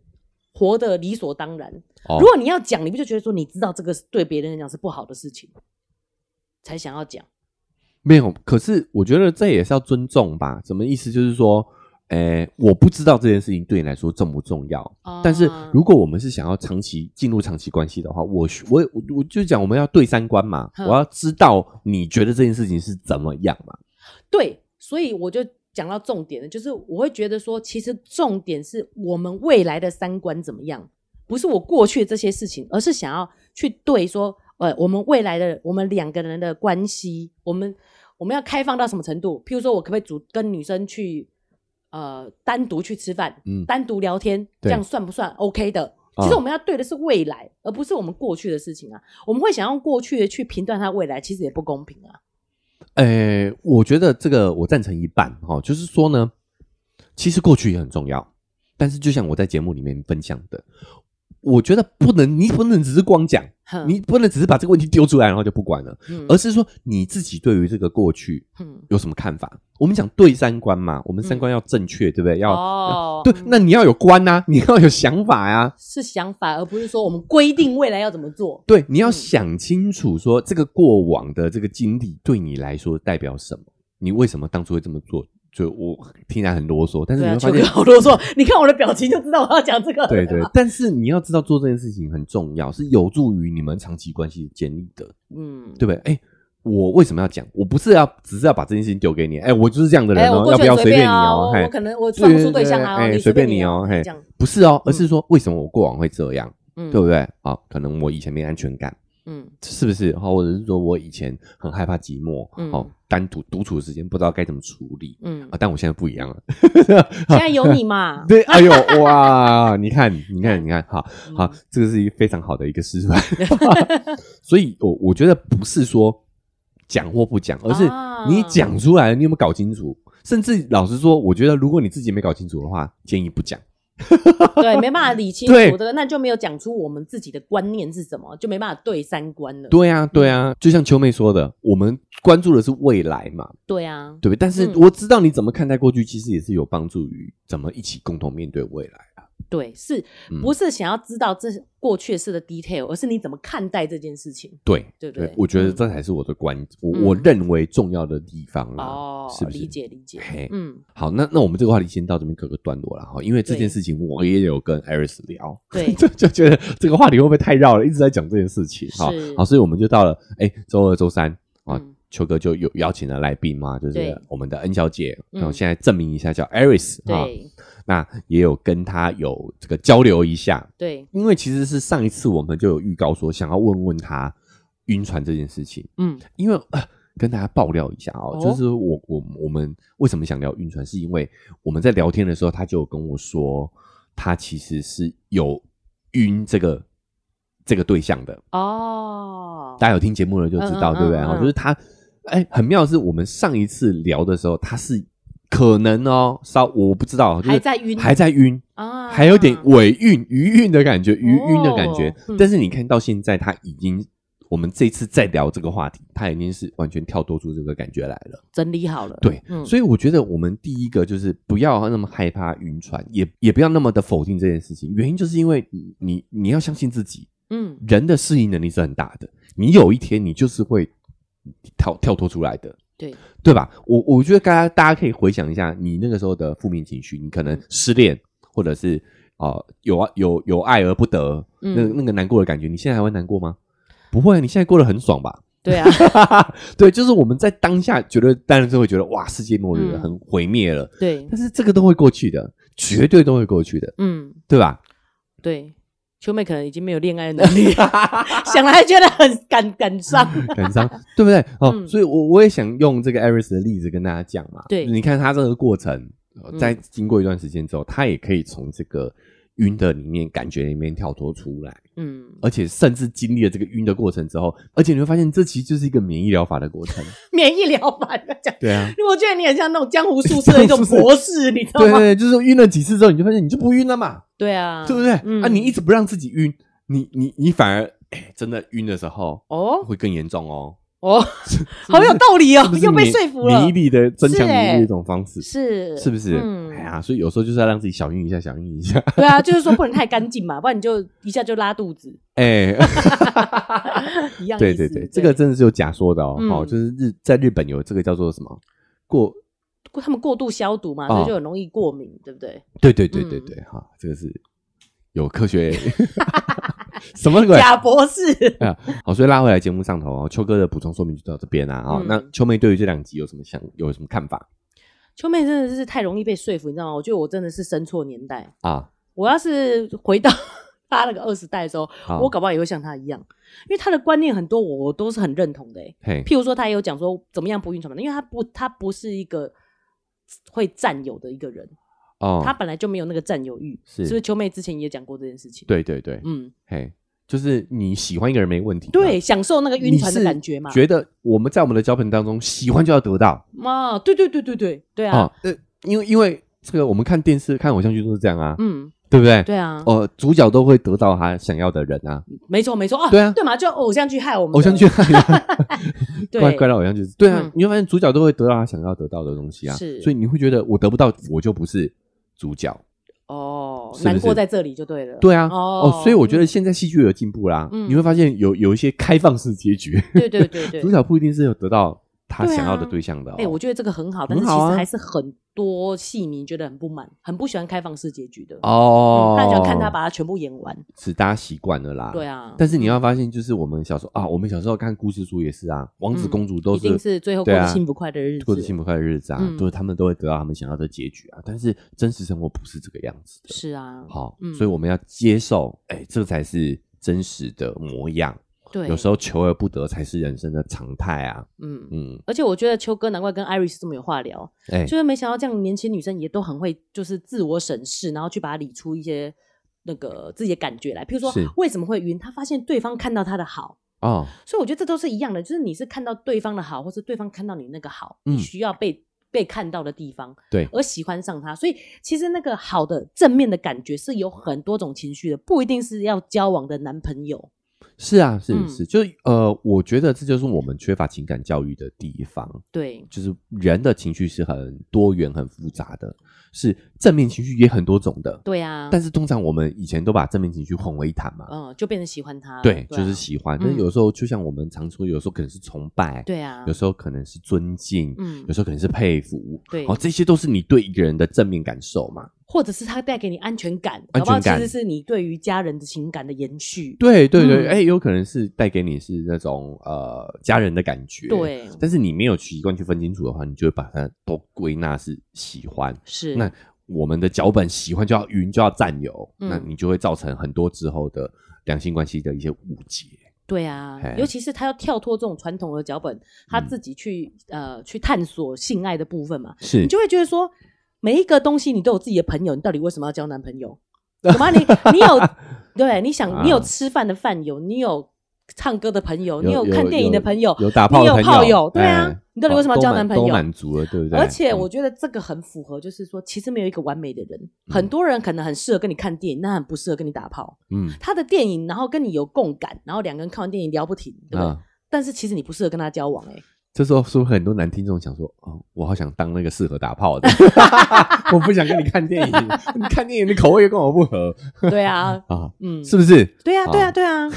Speaker 2: 活得理所当然。
Speaker 1: 哦
Speaker 2: 如果你要讲，你不就觉得说你知道这个是对别人来讲是不好的事情，才想要讲？
Speaker 1: 没有，可是我觉得这也是要尊重吧。什么意思？就是说，哎，我不知道这件事情对你来说重不重要，但是
Speaker 2: 啊
Speaker 1: 如果我们是想要长期进入长期关系的话，我需我我我就讲我们要对三观嘛，
Speaker 2: 嗯
Speaker 1: 我要知道你觉得这件事情是怎么样嘛。
Speaker 2: 对，所以我就讲到重点了，就是我会觉得说，其实重点是我们未来的三观怎么样，不是我过去的这些事情，而是想要去对说，呃，我们未来的我们两个人的关系，我们我们要开放到什么程度？譬如说我可不可以主跟女生去，呃，单独去吃饭，
Speaker 1: 嗯
Speaker 2: 单独聊天，这
Speaker 1: 对
Speaker 2: 样算不算 OK 的？其实
Speaker 1: 啊
Speaker 2: 我们要对的是未来，而不是我们过去的事情啊。我们会想用过去的去评断他未来，其实也不公平啊。
Speaker 1: 诶、我觉得这个我赞成一半哈、哦，就是说呢，其实过去也很重要，但是就像我在节目里面分享的，我觉得不能你不能只是光讲，
Speaker 2: 哼
Speaker 1: 你不能只是把这个问题丢出来然后就不管了，
Speaker 2: 嗯
Speaker 1: 而是说你自己对于这个过去
Speaker 2: 嗯
Speaker 1: 有什么看法？我们讲对三观嘛，我们三观要正确，对不对？要、
Speaker 2: 哦，
Speaker 1: 对，
Speaker 2: 嗯
Speaker 1: 那你要有观呐、 你要有想法啊呀、
Speaker 2: 是想法，而不是说我们规定未来要怎么做。
Speaker 1: 对，你要
Speaker 2: 嗯
Speaker 1: 想清楚说这个过往的这个经历对你来说代表什么，你为什么当初会这么做？就我听起来很啰嗦，但是
Speaker 2: 对
Speaker 1: 你
Speaker 2: 啊，
Speaker 1: 会
Speaker 2: 秋
Speaker 1: 发
Speaker 2: 哥
Speaker 1: 现，
Speaker 2: 好啰嗦， 你看我的表情就知道我要讲这 个。
Speaker 1: 对对，但是你要知道做这件事情很重要，是有助于你们长期关系的建立的，
Speaker 2: 嗯，
Speaker 1: 对不对？哎，我为什么要讲？我不是要只是要把这件事情丢给你，哎，我就是这样的人
Speaker 2: 哎，我
Speaker 1: 哦，
Speaker 2: 过
Speaker 1: 要不
Speaker 2: 去很
Speaker 1: 要
Speaker 2: 随
Speaker 1: 随便你
Speaker 2: 哦
Speaker 1: 哦？，嘿
Speaker 2: 我可能我算不出对象啊，
Speaker 1: 哎，
Speaker 2: 你
Speaker 1: 随便你
Speaker 2: 你
Speaker 1: 哦，嘿
Speaker 2: 这样，，
Speaker 1: 不是哦，而是说为什么我过往会这样，
Speaker 2: 嗯，
Speaker 1: 对不对？啊，可能我以前没安全感。
Speaker 2: 嗯
Speaker 1: 是不是？好，或者是说我以前很害怕寂寞，
Speaker 2: 嗯
Speaker 1: 哦，单独独处的时间不知道该怎么处理
Speaker 2: 嗯
Speaker 1: 啊，，但我现在不一样 了。，
Speaker 2: 现在有你嘛
Speaker 1: 对，哎呦哇，你 看，你看，你看，好
Speaker 2: 嗯
Speaker 1: 好，这个是一个非常好的一个示范。 所以，我我觉得不是说讲或不讲，而是
Speaker 2: 啊
Speaker 1: 你讲出来了，你有没有搞清楚？甚至老实说，我觉得如果你自己没搞清楚的话，建议不讲。
Speaker 2: 对，没办法理清
Speaker 1: 对
Speaker 2: 楚这个，那就没有讲出我们自己的观念是什么，就没办法对三观了。
Speaker 1: 对啊，对啊，就像秋妹说的，我们关注的是未来嘛，
Speaker 2: 对啊，
Speaker 1: 对不对？但是
Speaker 2: 嗯
Speaker 1: 我知道你怎么看待过去，其实也是有帮助于怎么一起共同面对未来啊。
Speaker 2: 对，是
Speaker 1: 嗯
Speaker 2: 不是想要知道这过去式的 detail，而是你怎么看待这件事情？
Speaker 1: 对
Speaker 2: 对嗯不对
Speaker 1: 我觉得这才是我的观，我我认为重要的地方啦，
Speaker 2: 哦，
Speaker 1: 是不是？
Speaker 2: 理。解理解，
Speaker 1: 嘿，
Speaker 2: 嗯。
Speaker 1: 好，那那我们这个话题先到这边告个段落了哈，因为这件事情我也有跟 Iris 聊，
Speaker 2: 对
Speaker 1: 就就觉得这个话题会不会太绕了，一直在讲这件事情哈
Speaker 2: 是。
Speaker 1: 好，所以我们就到了哎周二、周三啊
Speaker 2: 嗯，
Speaker 1: 秋哥就有邀请了来宾嘛，就
Speaker 2: 对
Speaker 1: 是我们的 N 小姐，
Speaker 2: 嗯
Speaker 1: 然后现在证明一下叫 Iris 啊，
Speaker 2: 对
Speaker 1: 那也有跟他有这个交流一下，
Speaker 2: 对，
Speaker 1: 因为其实是上一次我们就有预告说想要问问他晕船这件事情，
Speaker 2: 嗯，
Speaker 1: 因为、呃、跟大家爆料一下哦，
Speaker 2: 哦
Speaker 1: 就是我我我们为什么想聊晕船，是因为我们在聊天的时候，他就有跟我说他其实是有晕这个这个对象的，
Speaker 2: 哦，
Speaker 1: 大家有听节目的就知道，
Speaker 2: 嗯嗯
Speaker 1: 对不对？
Speaker 2: 嗯
Speaker 1: 啊、
Speaker 2: 嗯
Speaker 1: 就是他，哎，很妙的是，我们上一次聊的时候，他是可能哦，稍我不知道，就是
Speaker 2: 还在晕
Speaker 1: 还在晕。
Speaker 2: 啊，
Speaker 1: 还有点尾韵、余韵的感觉，余韵的感觉。
Speaker 2: 哦嗯
Speaker 1: 但是你看到现在，他已经，我们这次再聊这个话题，他已经是完全跳脱出这个感觉来了。
Speaker 2: 整理好了，
Speaker 1: 对，
Speaker 2: 嗯，
Speaker 1: 所以我觉得我们第一个就是不要那么害怕晕船，也也不要那么的否定这件事情。原因就是因为你你你要相信自己，
Speaker 2: 嗯，
Speaker 1: 人的适应能力是很大的，你有一天你就是会跳跳脱出来的。
Speaker 2: 对，
Speaker 1: 对吧？我我觉得大家大家可以回想一下你那个时候的负面情绪，你可能失恋，或者是呃有啊有有爱而不得，
Speaker 2: 嗯
Speaker 1: 那那个难过的感觉，你现在还会难过吗？不会啊，你现在过得很爽吧？
Speaker 2: 对啊，
Speaker 1: 对，就是我们在当下觉得，当然是会觉得哇，世界末日了，
Speaker 2: 嗯
Speaker 1: 很毁灭了，
Speaker 2: 对，
Speaker 1: 但是这个都会过去的，绝对都会过去的，
Speaker 2: 嗯，
Speaker 1: 对吧？
Speaker 2: 对。秋妹可能已经没有恋爱的能力， 想来觉得很感感伤。
Speaker 1: 感伤， 对不对？哦，
Speaker 2: 嗯
Speaker 1: 所以我我也想用这个艾瑞斯的例子跟大家讲嘛。
Speaker 2: 对
Speaker 1: 你看他这个过程，呃
Speaker 2: 嗯
Speaker 1: 在经过一段时间之后，他也可以从这个晕的里面、感觉里面跳脱出来，
Speaker 2: 嗯，
Speaker 1: 而且甚至经历了这个晕的过程之后，而且你会发现，这其实就是一个免疫疗法的过程。
Speaker 2: 免疫疗法要讲，
Speaker 1: 对 啊，
Speaker 2: 我觉得你很像那种江湖术士的一种博士，你知道
Speaker 1: 对对
Speaker 2: 吗？
Speaker 1: 对，就是晕了几次之后，你就发现你就不晕了嘛，
Speaker 2: 对啊，
Speaker 1: 对不对？
Speaker 2: 嗯
Speaker 1: 啊，你一直不让自己晕，你你你反而哎，真的晕的时候
Speaker 2: 哦
Speaker 1: 会更严重哦。
Speaker 2: 哦，
Speaker 1: 是不
Speaker 2: 好
Speaker 1: 是
Speaker 2: 有道理哦
Speaker 1: 是不，是
Speaker 2: 又被
Speaker 1: 免
Speaker 2: 说服了
Speaker 1: 免疫。力的增强
Speaker 2: 是欸
Speaker 1: 免疫力的一种方式。
Speaker 2: 是
Speaker 1: 是不是？
Speaker 2: 嗯，
Speaker 1: 哎呀，所以有时候就是要让自己小晕一下，小晕一下。
Speaker 2: 对啊，就是说不能太干净嘛，不然你就一下就拉肚 子，
Speaker 1: 哎，
Speaker 2: 一样意思。
Speaker 1: 对对对，这个真的是有假说的哦。
Speaker 2: 嗯
Speaker 1: 哦，就是日在日本有这个叫做什么过？
Speaker 2: 过他们过度消毒嘛，
Speaker 1: 哦
Speaker 2: 所以就很容易过敏，对不对？
Speaker 1: 对对对对
Speaker 2: 嗯
Speaker 1: 对，哈，这个是有科学 什么鬼？
Speaker 2: 贾博士，
Speaker 1: 啊，好，所以拉回来节目上头哦，秋哥的补充说明就到这边啦、啊。哦，
Speaker 2: 嗯
Speaker 1: 那秋妹对于这两集有什么想有什么看法
Speaker 2: 秋妹真的是太容易被说服，你知道吗？我觉得我真的是生错年代，
Speaker 1: 啊？
Speaker 2: 我要是回到 他那个二十代的时候，
Speaker 1: 啊
Speaker 2: 我搞不好也会像他一样，因为他的观念很多我我都是很认同的、欸。
Speaker 1: 嘿，
Speaker 2: 譬如说，他也有讲说怎么样不晕船嘛，因为他不他不是一个会占有的一个人，
Speaker 1: 哦，
Speaker 2: 他本来就没有那个占有欲，
Speaker 1: 是
Speaker 2: 是不是？秋妹之前也讲过这件事情，，
Speaker 1: 对对对，
Speaker 2: 嗯，
Speaker 1: 嘿，就是你喜欢一个人没问题嘛，
Speaker 2: 对，享受那个
Speaker 1: 啊
Speaker 2: 晕
Speaker 1: 你
Speaker 2: 船的
Speaker 1: 是
Speaker 2: 感觉嘛，
Speaker 1: 觉得我们在我们的交朋当中，喜欢就要得到
Speaker 2: 嘛，啊对对对对对对啊，
Speaker 1: 啊。呃，因为因为这个，我们看电视、看偶像剧都是这样啊，
Speaker 2: 嗯，
Speaker 1: 对不对？
Speaker 2: 对啊，
Speaker 1: 哦，主角都会得到他想要的人啊。
Speaker 2: 没错没错啊，
Speaker 1: 对啊
Speaker 2: 对嘛，就偶像剧害我们的，
Speaker 1: 偶像剧
Speaker 2: 对
Speaker 1: 怪怪到偶像剧，对啊
Speaker 2: 嗯，
Speaker 1: 你会发现主角都会得到他想要得到的东西啊，
Speaker 2: 是
Speaker 1: 所以你会觉得我得不到，我就不是主角。
Speaker 2: 哦
Speaker 1: 是，不
Speaker 2: 难过
Speaker 1: 是
Speaker 2: 在这里就对了，
Speaker 1: 对啊，
Speaker 2: 哦
Speaker 1: 哦，所以我觉得现在戏剧有进步啦，
Speaker 2: 嗯
Speaker 1: 你会发现有有一些开放式结局，
Speaker 2: 对对对 对
Speaker 1: 主，角不一定是有得到他
Speaker 2: 对啊
Speaker 1: 想要的对象的哦。
Speaker 2: 哎，我觉得这个很好，但
Speaker 1: 很
Speaker 2: 是其
Speaker 1: 好啊
Speaker 2: 实还是很多戏迷觉得很不满，很不喜欢开放式结局的，
Speaker 1: 哦
Speaker 2: 嗯，他喜欢看他把它全部演完，
Speaker 1: 是大家习惯了啦。
Speaker 2: 对啊，
Speaker 1: 但是你要发现，就是我们小时候啊，我们小时候看故事书也是啊，王子
Speaker 2: 嗯
Speaker 1: 公主都
Speaker 2: 一定是最后过
Speaker 1: 对
Speaker 2: 得
Speaker 1: 啊
Speaker 2: 幸福快乐的日子，
Speaker 1: 过着幸福快乐日子啊，
Speaker 2: 嗯
Speaker 1: 就是他们都会得到他们想要的结局啊。但是真实生活不是这个样子的。
Speaker 2: 是啊，
Speaker 1: 好，
Speaker 2: 嗯
Speaker 1: 所以我们要接受，哎、这才是真实的模样。
Speaker 2: 对，
Speaker 1: 有时候求而不得才是人生的常态啊。
Speaker 2: 嗯。
Speaker 1: 嗯，
Speaker 2: 而且我觉得秋哥难怪跟 Iris 这么有话聊，
Speaker 1: 哎、
Speaker 2: 就是没想到这样年轻女生也都很会，就是自我审视，然后去把它理出一些那个自己的感觉来。譬如说
Speaker 1: 是，
Speaker 2: 为什么会晕？她发现对方看到她的好，
Speaker 1: 哦，
Speaker 2: 所以我觉得这都是一样的，就是你是看到对方的好，或是对方看到你那个好，
Speaker 1: 嗯
Speaker 2: 你需要被。被看到的地方，
Speaker 1: 对
Speaker 2: 而喜欢上他，所以其实那个好的正面的感觉是有很多种情绪的，不一定是要交往的男朋友。
Speaker 1: 是啊，是
Speaker 2: 嗯
Speaker 1: 是，就是呃，我觉得这就是我们缺乏情感教育的地方。
Speaker 2: 对，
Speaker 1: 就是人的情绪是很多元、很复杂的，是正面情绪也很多种的。
Speaker 2: 对啊，
Speaker 1: 但是通常我们以前都把正面情绪混为一谈嘛，
Speaker 2: 嗯，就变成喜欢他，
Speaker 1: 对，
Speaker 2: 啊
Speaker 1: 就是喜欢。但是
Speaker 2: 嗯
Speaker 1: 有时候就像我们常说，有时候可能是崇拜，
Speaker 2: 对啊
Speaker 1: 有，时候可能是尊敬，
Speaker 2: 嗯
Speaker 1: 有，时候可能是佩服，
Speaker 2: 对嗯
Speaker 1: 哦，这些都是你对一个人的正面感受嘛。
Speaker 2: 或者是他带给你安全感，
Speaker 1: 安全感
Speaker 2: 搞不好其实是你对于家人的情感的延续。
Speaker 1: 对对对，
Speaker 2: 嗯
Speaker 1: 哎、有可能是带给你是那种呃家人的感觉，。
Speaker 2: 对，
Speaker 1: 但是你没有习惯去分清楚的话，你就会把它都归纳是喜欢。
Speaker 2: 是
Speaker 1: 那我们的脚本喜欢就要云就要占有，
Speaker 2: 嗯
Speaker 1: 那你就会造成很多之后的两性关系的一些误解。
Speaker 2: 对啊
Speaker 1: 嘿，嗯
Speaker 2: 尤其是他要跳脱这种传统的脚本，他自己去、呃去探索性爱的部分嘛，
Speaker 1: 是
Speaker 2: 你就会觉得说，每一个东西你都有自己的朋友，你到底为什么要交男朋 友？什么？你你有对，你
Speaker 1: 啊
Speaker 2: 想你有吃饭的饭友，你有唱歌的朋友，你
Speaker 1: 有
Speaker 2: 看电影的朋友，
Speaker 1: 有打炮的
Speaker 2: 你有炮友，对
Speaker 1: 哎
Speaker 2: 啊，你到底为什么要交男朋
Speaker 1: 都满都？
Speaker 2: 友
Speaker 1: 满足了，对不对？
Speaker 2: 而且我
Speaker 1: 嗯
Speaker 2: 觉得这个很符合，就是说，其实没有一个完美的人，很多人可能很适合跟你看电影，但很不适合跟你打炮。
Speaker 1: 嗯
Speaker 2: 他的电影，然后跟你有共感，然后两个人看完电影聊不停，对不对？
Speaker 1: 啊，
Speaker 2: 但是其实你不适合跟他交往、欸，
Speaker 1: 这时候是不是很多男听众想说，哦，我好想当那个适合打炮 的，我不想跟你看电影，你看电影的口味又跟我不合
Speaker 2: 对啊，
Speaker 1: 啊，
Speaker 2: 嗯，
Speaker 1: 是不是？
Speaker 2: 对啊，对
Speaker 1: 啊
Speaker 2: 啊，对啊，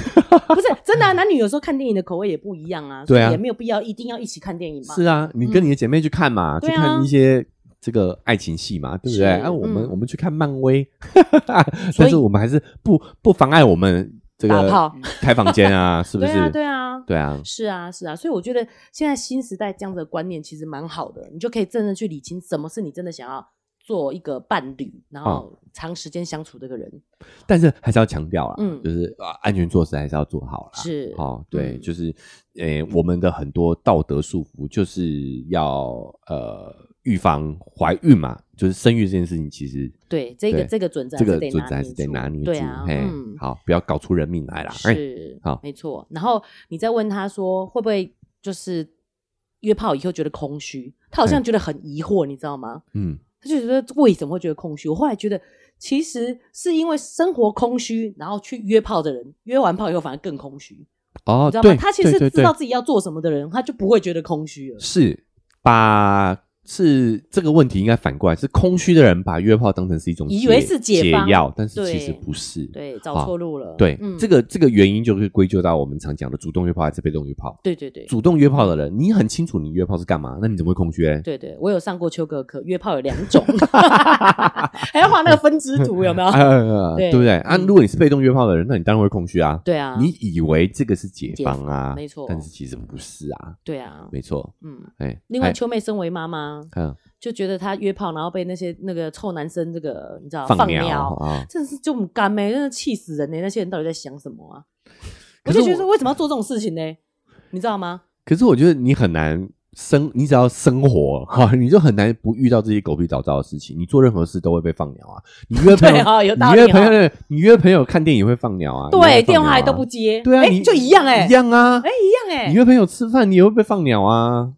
Speaker 2: 不是真的、啊，男女有时候看电影的口味也不一样啊，
Speaker 1: 对啊
Speaker 2: 所以也没有必要一定要一起看电影嘛，
Speaker 1: 是啊，你跟你的姐妹去看嘛，去
Speaker 2: 嗯对啊
Speaker 1: 看一些这个爱情戏嘛，对不对？
Speaker 2: 是
Speaker 1: 啊，我们、
Speaker 2: 嗯
Speaker 1: 我们去看漫威，
Speaker 2: 所以
Speaker 1: 但是我们还是不不妨碍我们这
Speaker 2: 打
Speaker 1: 个
Speaker 2: 炮
Speaker 1: 开房间 啊，是不
Speaker 2: 对
Speaker 1: 是？
Speaker 2: 啊，对啊，
Speaker 1: 对啊，
Speaker 2: 是啊，是啊，所以我觉得现在新时代这样子的观念其实蛮好的，你就可以真的去理清什么是你真的想要做一个伴侣，然
Speaker 1: 啊
Speaker 2: 后长时间相处这个人。
Speaker 1: 但是还是要强调啦，
Speaker 2: 嗯
Speaker 1: 就是、啊、安全措施还是要做好啦。
Speaker 2: 是
Speaker 1: 哦，对，
Speaker 2: 嗯
Speaker 1: 就是诶、我们的很多道德束缚就是要呃预防怀孕嘛，就是生育这件事情，其实
Speaker 2: 对，这个
Speaker 1: 对
Speaker 2: 这个准则
Speaker 1: 这个
Speaker 2: 得
Speaker 1: 准则
Speaker 2: 拿
Speaker 1: 还
Speaker 2: 捏
Speaker 1: 是得
Speaker 2: 住
Speaker 1: 拿捏住，
Speaker 2: 对啊，
Speaker 1: 嘿
Speaker 2: 嗯，
Speaker 1: 好，不要搞出人命来啦。哎、
Speaker 2: 是，
Speaker 1: 好
Speaker 2: 没错。然后你再问他说会不会就是约炮以后觉得空虚，他好像觉得很疑惑，你知道吗？
Speaker 1: 嗯，
Speaker 2: 他就觉得为什么会觉得空虚？我后来觉得其实是因为生活空虚，然后去约炮的人，约完炮以后反而更空虚，
Speaker 1: 哦
Speaker 2: 你知，道吗？
Speaker 1: 对，
Speaker 2: 他其实
Speaker 1: 对对
Speaker 2: 知道
Speaker 1: 对
Speaker 2: 自己要做什么的人，他就不会觉得空虚了。
Speaker 1: 是把是这个问题应该反过来，是空虚的人把约炮当成是一种
Speaker 2: 以
Speaker 1: 解
Speaker 2: 为是解
Speaker 1: 解
Speaker 2: 放
Speaker 1: 药，但是其
Speaker 2: 对
Speaker 1: 实不是。
Speaker 2: 对，找错路了。
Speaker 1: 对，
Speaker 2: 嗯，
Speaker 1: 这个这个原因就是归咎到我们常讲的主动约炮还是被动约炮。
Speaker 2: 对对对。
Speaker 1: 主动约炮的人，你很清楚你约炮是干嘛，那你怎么会空虚欸？
Speaker 2: 对对，我有上过秋哥课，约炮有两 种，还要画那个分支图，有没有？
Speaker 1: 啊，
Speaker 2: 对
Speaker 1: 对不对？啊，
Speaker 2: 嗯
Speaker 1: 如果你是被动约炮的人，那你当然会空虚啊。
Speaker 2: 对啊，
Speaker 1: 你以为这个是解放啊？
Speaker 2: 解没错
Speaker 1: 但是其实不是啊，
Speaker 2: 对啊，
Speaker 1: 没错。
Speaker 2: 嗯，
Speaker 1: 哎，
Speaker 2: 另外，啊
Speaker 1: 哎
Speaker 2: 秋妹身为妈妈，
Speaker 1: 嗯，
Speaker 2: 就觉得她约炮，然后被那些那个臭男生这个你知道
Speaker 1: 放
Speaker 2: 鸟，
Speaker 1: 鸟啊，
Speaker 2: 真的是就很干欸没，真的气死人呢、那些人到底在想什么啊？
Speaker 1: 可
Speaker 2: 我
Speaker 1: 是
Speaker 2: 就觉得
Speaker 1: 我
Speaker 2: 说为什么要做这种事情呢？你知道吗？
Speaker 1: 可是我觉得你很难生，你只要生活哈，你就很难不遇到这些狗屁倒灶的事情。你做任何事都会被放鸟啊。你约朋
Speaker 2: 对
Speaker 1: 友，
Speaker 2: 哦有道
Speaker 1: 你
Speaker 2: 理
Speaker 1: 约朋
Speaker 2: 哦
Speaker 1: 友，你约朋友看电影会放鸟啊？
Speaker 2: 对，
Speaker 1: 你会放鸟啊
Speaker 2: 电话还都不接，
Speaker 1: 对啊，
Speaker 2: 哎
Speaker 1: 你
Speaker 2: 就一样哎、
Speaker 1: 一样啊
Speaker 2: 哎、。一样哎、
Speaker 1: 你约朋友吃饭，你也会被放鸟啊，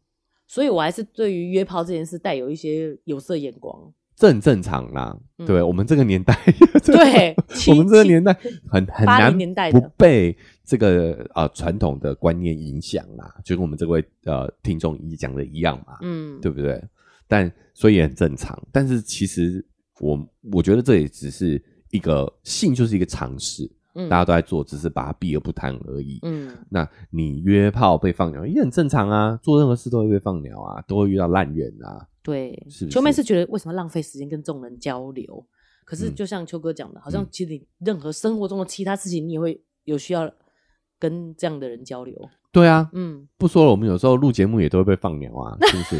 Speaker 2: 所以我还是对于约炮这件事带有一些有色眼光。
Speaker 1: 这很正常啦。
Speaker 2: 嗯
Speaker 1: 对，我们这个年 代，
Speaker 2: 对，
Speaker 1: 我们这个年
Speaker 2: 代
Speaker 1: 代很很
Speaker 2: 八
Speaker 1: 难
Speaker 2: 零年代
Speaker 1: 不
Speaker 2: 的，
Speaker 1: 被这个呃传统的观念影响啦，就跟我们这位呃听众一讲的一样嘛，
Speaker 2: 嗯，
Speaker 1: 对不对？但所以也很正常，但是其实我我觉得这也只是一个性，就是一个尝试，
Speaker 2: 嗯
Speaker 1: 大家都在做，只是把它避而不谈而已。
Speaker 2: 嗯，
Speaker 1: 那你约炮被放鸟也很正常啊，做任何事都会被放鸟啊，都会遇到烂人啊。
Speaker 2: 对
Speaker 1: 是，不
Speaker 2: 秋妹
Speaker 1: 是
Speaker 2: 是觉得为什么浪费时间跟这种人交流？可是
Speaker 1: 嗯
Speaker 2: 就像秋哥讲的，好像
Speaker 1: 嗯
Speaker 2: 其实你任何生活中的其他事情，你也会有需要跟这样的人交流。
Speaker 1: 对啊，
Speaker 2: 嗯，
Speaker 1: 不说了，我们有时候录节目也都会被放鸟啊，是不是？？